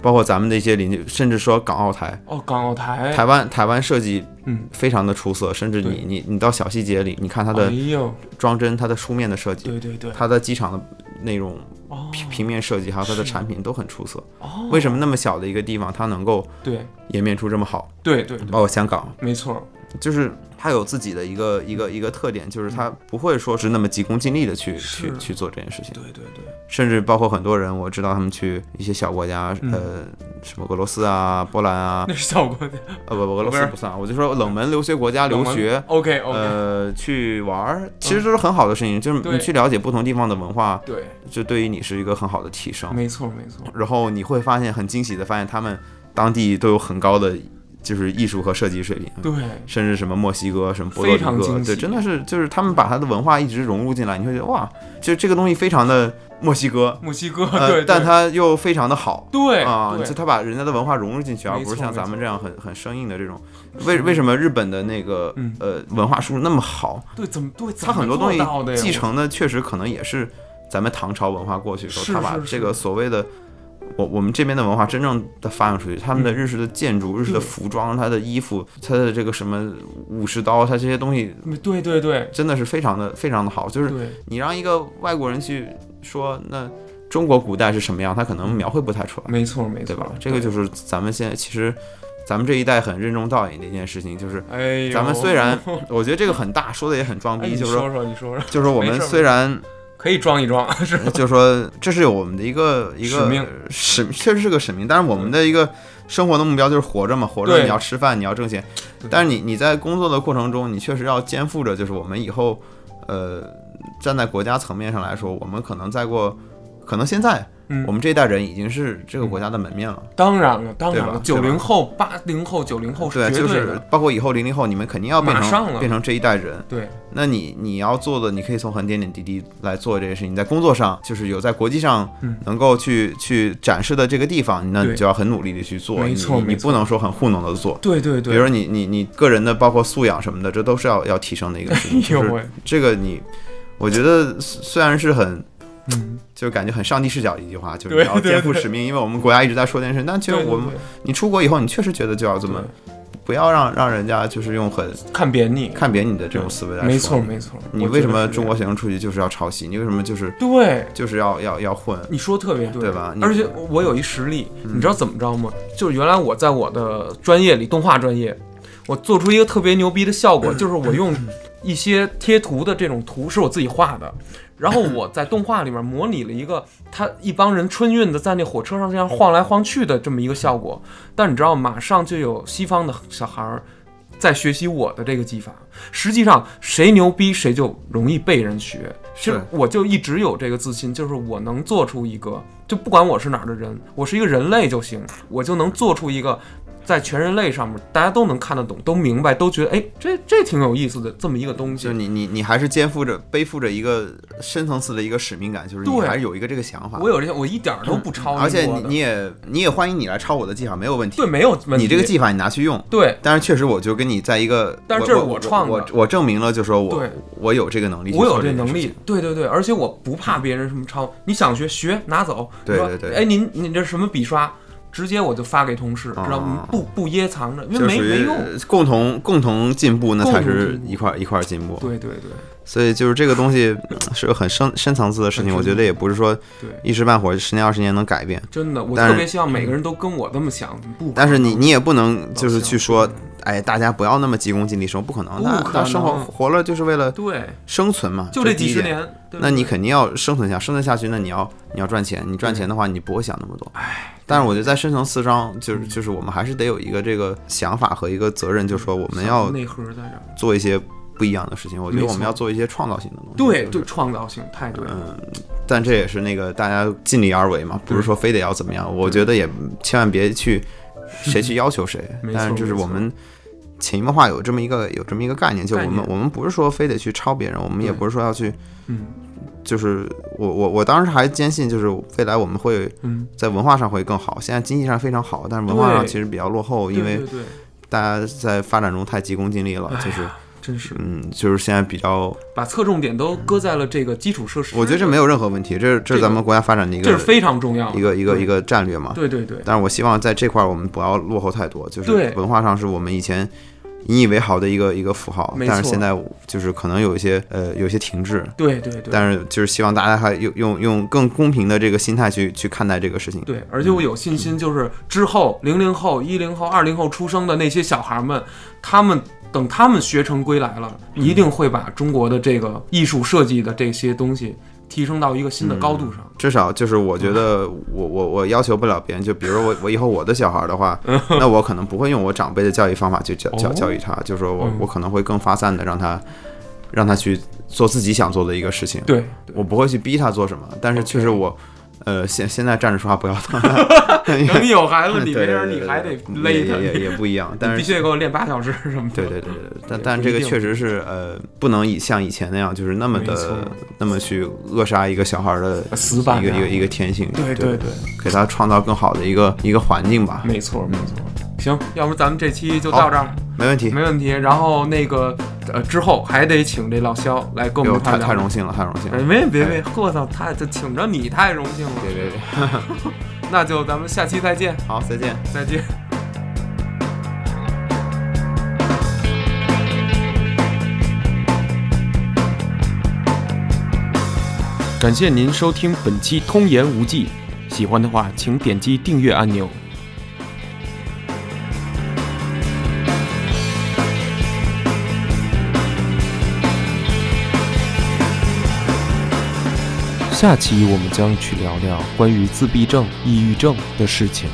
Speaker 2: 包括咱们的一些邻居，甚至说港澳台、
Speaker 1: 哦，港澳台，
Speaker 2: 台湾、台湾设计
Speaker 1: 嗯，
Speaker 2: 非常的出色，甚至你
Speaker 1: 对
Speaker 2: 你你到小细节里，你看它
Speaker 1: 哎
Speaker 2: 的
Speaker 1: 呦，
Speaker 2: 装帧、它的书面的设计、
Speaker 1: 对对对，
Speaker 2: 它的机场的那种
Speaker 1: 哦，
Speaker 2: 平平面设计，还有它的
Speaker 1: 是
Speaker 2: 产品都很出色。
Speaker 1: 哦，
Speaker 2: 为什么那么小的一个地方，它能够
Speaker 1: 对
Speaker 2: 演变出这么好？
Speaker 1: 对对，对
Speaker 2: 包括香港，
Speaker 1: 没错，
Speaker 2: 就是它有自己的一个一个一个特点，就是它不会说是那么急功近利的去去
Speaker 1: 嗯是
Speaker 2: 去做这件事情，
Speaker 1: 对对对，
Speaker 2: 甚至包括很多人，我知道他们去一些小国家，
Speaker 1: 嗯
Speaker 2: 呃，什么俄罗斯啊、波兰啊，
Speaker 1: 那是效果的
Speaker 2: 呃不，俄罗
Speaker 1: 不
Speaker 2: 斯
Speaker 1: 是
Speaker 2: 不算啊，我就说冷门留学国家留学。
Speaker 1: ，OK OK，
Speaker 2: 啊呃，去玩儿其实都是很好的事情，就是你
Speaker 1: 对
Speaker 2: 去了解不同地方的文化，
Speaker 1: 对，
Speaker 2: 就对于你是一个很好的提升。
Speaker 1: 没错没错，
Speaker 2: 然后你会发现很惊喜的发现，他们当地都有很高的就是艺术和设计水平。
Speaker 1: 对，
Speaker 2: 甚至什么墨西哥、什么波多黎
Speaker 1: 非常
Speaker 2: 各，
Speaker 1: 惊
Speaker 2: 对，
Speaker 1: 喜
Speaker 2: 真的是就是他们把他的文化一直融入进来，你会觉得哇，就这个东西非常的墨西哥，
Speaker 1: 墨西哥，[laughs]
Speaker 2: 呃，
Speaker 1: 对，
Speaker 2: 但
Speaker 1: 他
Speaker 2: 它又非常的好
Speaker 1: 对
Speaker 2: 啊、
Speaker 1: 对
Speaker 2: 就他把人家的文化融入进去，而
Speaker 1: 没
Speaker 2: 不
Speaker 1: 错
Speaker 2: 是像咱们
Speaker 1: 没错
Speaker 2: 这样很很生硬的这种。
Speaker 1: 是
Speaker 2: 为为什么日本的那个
Speaker 1: 嗯
Speaker 2: 呃文化输入那么好？
Speaker 1: 对，怎么对？怎
Speaker 2: 它很多
Speaker 1: 么
Speaker 2: 东
Speaker 1: 做到的
Speaker 2: 西
Speaker 1: 呀
Speaker 2: 继，承的确实可能也是咱们唐朝文化过去的时
Speaker 1: 是
Speaker 2: 候，他把
Speaker 1: 是是
Speaker 2: 这个所谓的。我我们这边的文化真正的发扬出去，他们的
Speaker 1: 嗯
Speaker 2: 日式的建筑、日式的
Speaker 1: 对
Speaker 2: 服装、他的衣服、他的这个什么武士刀，他这些东西
Speaker 1: 我嗯对对对
Speaker 2: 真的是非常的非常的好。就是
Speaker 1: 对，
Speaker 2: 你让一个外国人去说那中国古代是什么样，他可能描绘不太出来，
Speaker 1: 没错没
Speaker 2: 对
Speaker 1: 错
Speaker 2: 吧？，这个就是咱们现在其实咱们这一代很任重道远的一件事情，就是
Speaker 1: 对，哎呦，
Speaker 2: 咱们虽然我觉得这个很大，说的也很
Speaker 1: [laughs]
Speaker 2: 装
Speaker 1: 哎，
Speaker 2: 逼，
Speaker 1: 你
Speaker 2: 就是
Speaker 1: 说说你说说，
Speaker 2: 就是我
Speaker 1: 没
Speaker 2: 们
Speaker 1: 事
Speaker 2: 虽然
Speaker 1: 可以装一装， [laughs] 是吧
Speaker 2: 就是说这是有我们的
Speaker 1: [laughs]
Speaker 2: 一个一个
Speaker 1: 使命
Speaker 2: 使 [laughs] 确实是个使命，但是我们的一个生活的目标就是活着嘛，活着
Speaker 1: 对
Speaker 2: 你要吃饭，你要挣钱
Speaker 1: 对，
Speaker 2: 但是你你在工作的过程中，你确实要肩负着就是我们以后呃站在国家层面上来说，我们可能再过。可能现在
Speaker 1: 嗯
Speaker 2: 我们这一代人已经是这个国家的门面了，
Speaker 1: 当然了，当然
Speaker 2: 对吧
Speaker 1: 了，
Speaker 2: 对
Speaker 1: 九
Speaker 2: 吧
Speaker 1: 零后、八零后、九零后
Speaker 2: 对，啊
Speaker 1: 绝
Speaker 2: 就
Speaker 1: 对
Speaker 2: 是
Speaker 1: 的，
Speaker 2: 包括以后零零后，你们肯定要变
Speaker 1: 马上
Speaker 2: 成
Speaker 1: 了
Speaker 2: 变成这一代人，
Speaker 1: 对，
Speaker 2: 那你你要做的，你可以从很点点滴滴来做这些事情。你在工作上，就是有在国际上
Speaker 1: 嗯
Speaker 2: 能够去、去展示的这个地方，那你
Speaker 1: 对
Speaker 2: 就要很努力的去做。
Speaker 1: 没
Speaker 2: 你
Speaker 1: 错
Speaker 2: 你你
Speaker 1: 没
Speaker 2: 不
Speaker 1: 错
Speaker 2: 能说很糊弄的做。
Speaker 1: 对对
Speaker 2: 比
Speaker 1: 对，
Speaker 2: 如说你你你个人的包括素养什么的，这都是要要提升的一个事
Speaker 1: [laughs]
Speaker 2: 情。就
Speaker 1: 哎呦
Speaker 2: 是
Speaker 1: 喂，
Speaker 2: 这个你，我觉得虽虽然是很
Speaker 1: 嗯，
Speaker 2: 就感觉很上帝视角的一句话，就是
Speaker 1: 对
Speaker 2: 你要
Speaker 1: 对
Speaker 2: 肩负
Speaker 1: 对
Speaker 2: 使命，因为我们国家一直在说这件事，但其实
Speaker 1: 对对
Speaker 2: 我们
Speaker 1: 对
Speaker 2: 你出国以后，你确实觉得就要这么，不要让让人家就是用很
Speaker 1: 对看扁你，
Speaker 2: 看扁你的这种思维来说。
Speaker 1: 没错没错，
Speaker 2: 你
Speaker 1: 我
Speaker 2: 为
Speaker 1: 觉
Speaker 2: 什
Speaker 1: 得
Speaker 2: 么
Speaker 1: 是
Speaker 2: 中国
Speaker 1: 这
Speaker 2: 学生出去就是要抄袭？你为什么就是
Speaker 1: 样？对，
Speaker 2: 就是要要要混？
Speaker 1: 你说得特别对，
Speaker 2: 对吧你嗯
Speaker 1: 而且我有一实例，你知道怎么着吗？就是原来我在我的专业里，动画专业，我做出一个特别牛逼的效
Speaker 2: [coughs]
Speaker 1: 果，就是我用一些贴图的这种图是我自己画的，然后我在动画里面模拟了一个他一帮人春运的在那火车上这样晃来晃去的这么一个效果，但你知道，马上就有西方的小孩儿。在学习我的这个技法，实际上谁牛逼谁就容易被人学。其实
Speaker 2: 是
Speaker 1: 我就一直有这个自信，就是我能做出一个，就不管我是哪儿的人，我是一个人类就行，我就能做出一个在全人类上面大家都能看得懂、都明白、都觉得哎，这这挺有意思的这么一个东
Speaker 2: 就
Speaker 1: 西。
Speaker 2: 你你你还是肩负着背负着一个深层次的一个使命感，就是你
Speaker 1: 对
Speaker 2: 还是有一个这个想法
Speaker 1: 我。有这些，我一点儿都不抄
Speaker 2: 而且
Speaker 1: 英国
Speaker 2: 你
Speaker 1: 的
Speaker 2: 你也你也欢迎你来抄我的技法，没有问题。
Speaker 1: 对没有问题，
Speaker 2: 你这个技法你拿去用，
Speaker 1: 对，
Speaker 2: 但是确实我就跟你在一个，
Speaker 1: 但是
Speaker 2: 我
Speaker 1: 这是
Speaker 2: 我
Speaker 1: 我创的
Speaker 2: 我我证明了，就说我
Speaker 1: 对
Speaker 2: 我有这个能力去
Speaker 1: 我
Speaker 2: 做件事情，
Speaker 1: 有这能力，对对对，而且我不怕别人什么抄，你想学学拿走，
Speaker 2: 对
Speaker 1: 你说
Speaker 2: 对对
Speaker 1: 哎您您这什么笔刷，直接我就发给同事，知道吗
Speaker 2: 啊？
Speaker 1: 不不掖藏着，因
Speaker 2: 就
Speaker 1: 为没
Speaker 2: 属
Speaker 1: 没
Speaker 2: 于
Speaker 1: 用，
Speaker 2: 共同共同进步，那
Speaker 1: 共
Speaker 2: 才
Speaker 1: 同
Speaker 2: 是
Speaker 1: 进步
Speaker 2: 一块一块进步。
Speaker 1: 对对对
Speaker 2: 所以就是这个东西是个很深深层次的事情，
Speaker 1: 很深
Speaker 2: 我觉得也不是说
Speaker 1: 对，
Speaker 2: 一时半会儿十年二十年能改变。
Speaker 1: 真的，我
Speaker 2: 但
Speaker 1: 特
Speaker 2: 是嗯
Speaker 1: 别希望每个人都跟我这么想，不管
Speaker 2: 但是你你也不能
Speaker 1: 老
Speaker 2: 就是
Speaker 1: 乡
Speaker 2: 去说，哎，大家不要那么急功近利生活，不可能，那
Speaker 1: 哦不可
Speaker 2: 那生活
Speaker 1: 能
Speaker 2: 活了就是为了
Speaker 1: 呃对，
Speaker 2: 生存嘛，
Speaker 1: 就
Speaker 2: 这
Speaker 1: 这几十
Speaker 2: 第一点。
Speaker 1: 年，对
Speaker 2: 那你
Speaker 1: 对
Speaker 2: 肯定要生存下，生存下去，那你要你要赚钱，你赚钱的话，你不会想那么多。但是我觉得在深层次上，
Speaker 1: 嗯
Speaker 2: 就是就是我们还是得有一个这个想法和一个责任，就是说我们要嗯
Speaker 1: 内核在这儿，
Speaker 2: 做一些不一样的事情。我觉得
Speaker 1: 没
Speaker 2: 我们要
Speaker 1: 错
Speaker 2: 做一些创造性的东西。
Speaker 1: 对
Speaker 2: 就是
Speaker 1: 对，创造性太对了，
Speaker 2: 但这也是那个大家尽力而为嘛，不是说非得要怎么样。我觉得也千万别去谁去要求谁
Speaker 1: [laughs] 没，错
Speaker 2: 但是就是我们潜移默化有这么一个有这么一个概念，就我
Speaker 1: 概
Speaker 2: 们
Speaker 1: 念
Speaker 2: 我们不是说非得去抄别人，我们也
Speaker 1: 对
Speaker 2: 不是说要去，
Speaker 1: 嗯
Speaker 2: 就是我我我当时还坚信，就是未来我们会
Speaker 1: 嗯，
Speaker 2: 在文化上会更好，现在经济上非常好，但是文化上
Speaker 1: 对
Speaker 2: 其实比较落后，
Speaker 1: 对
Speaker 2: 因为
Speaker 1: 对对，
Speaker 2: 大家在发展中太急功近利了
Speaker 1: 哎，呀
Speaker 2: 就是
Speaker 1: 真是
Speaker 2: 嗯，就是现在比较，
Speaker 1: 把侧重点都搁在了这个基础设施，
Speaker 2: 我觉得这没有任何问题，这是
Speaker 1: 这
Speaker 2: 这是
Speaker 1: 个
Speaker 2: 咱们国家发展的一
Speaker 1: 这是
Speaker 2: 个
Speaker 1: 非常重要的
Speaker 2: 一个一个
Speaker 1: 对
Speaker 2: 一个战略嘛。
Speaker 1: 对对对，
Speaker 2: 但是我希望在这块儿我们不要落后太多，就是
Speaker 1: 对
Speaker 2: 文化上是我们以前引以为豪的一个一个符号
Speaker 1: 没，错
Speaker 2: 但是现在就是可能有一些呃有一些停滞，
Speaker 1: 对对对。
Speaker 2: 但是就是希望大家还用用用更公平的这个心态去去看待这个事情。
Speaker 1: 对，而且我有信心，就是之后零零后、一零后、二零后出生的那些小孩们，他们等他们学成归来了，一
Speaker 2: 嗯
Speaker 1: 定会把中国的这个艺术设计的这些东西提升到一个新的高度上。
Speaker 2: 至少就是我觉得我我我要求不了别人，就比如我我以后我的小孩儿
Speaker 1: [laughs]
Speaker 2: 的话，那我可能不会用我长辈的教育方法去教教
Speaker 1: 哦
Speaker 2: 教育他，就是说我
Speaker 1: 嗯
Speaker 2: 我可能会更发散的让他让他去做自己想做的一个事情， [laughs]
Speaker 1: 对，
Speaker 2: 我不会去逼他做什么，但是确实我。呃，现现在站着说话不腰疼，因
Speaker 1: 等
Speaker 2: 为
Speaker 1: 你有孩子，
Speaker 2: 对
Speaker 1: [laughs] 你
Speaker 2: 对
Speaker 1: 没
Speaker 2: 对
Speaker 1: 人，
Speaker 2: 对
Speaker 1: 你还得
Speaker 2: 对
Speaker 1: 勒
Speaker 2: 也也
Speaker 1: 他，
Speaker 2: 也不一样，但
Speaker 1: [laughs] 你
Speaker 2: 是
Speaker 1: 必须得给我练八小时什么的。
Speaker 2: 对对对对，对，但
Speaker 1: 也
Speaker 2: 但
Speaker 1: 不
Speaker 2: 这
Speaker 1: 一
Speaker 2: 个
Speaker 1: 定
Speaker 2: 确实是呃，不能以像以前那样，就是那么
Speaker 1: 没错
Speaker 2: 的那么去扼杀一个小孩儿的
Speaker 1: 死板
Speaker 2: 一个一个
Speaker 1: 啊
Speaker 2: 一个天性，
Speaker 1: 对对
Speaker 2: 对
Speaker 1: 对，
Speaker 2: 给他创造更好的一个一个环境吧，
Speaker 1: 没错没错。行，要不咱们这期就到这儿，
Speaker 2: 没问题。
Speaker 1: 没问题。然后那个呃，之后还得请这老肖来跟我
Speaker 2: 哟，
Speaker 1: 们一块
Speaker 2: 太
Speaker 1: 儿聊
Speaker 2: 太
Speaker 1: 聊
Speaker 2: 荣幸了，太荣幸
Speaker 1: 哎，
Speaker 2: 了。
Speaker 1: 没别别，我操，太这请着你太荣幸了。
Speaker 2: 别别别，
Speaker 1: 那就咱们下期再见，
Speaker 2: 好，再见。
Speaker 1: 再见。感谢您收听本期《通言无忌》，喜欢的话请点击订阅按钮。下期我们将去聊聊关于自闭症、抑郁症的事情。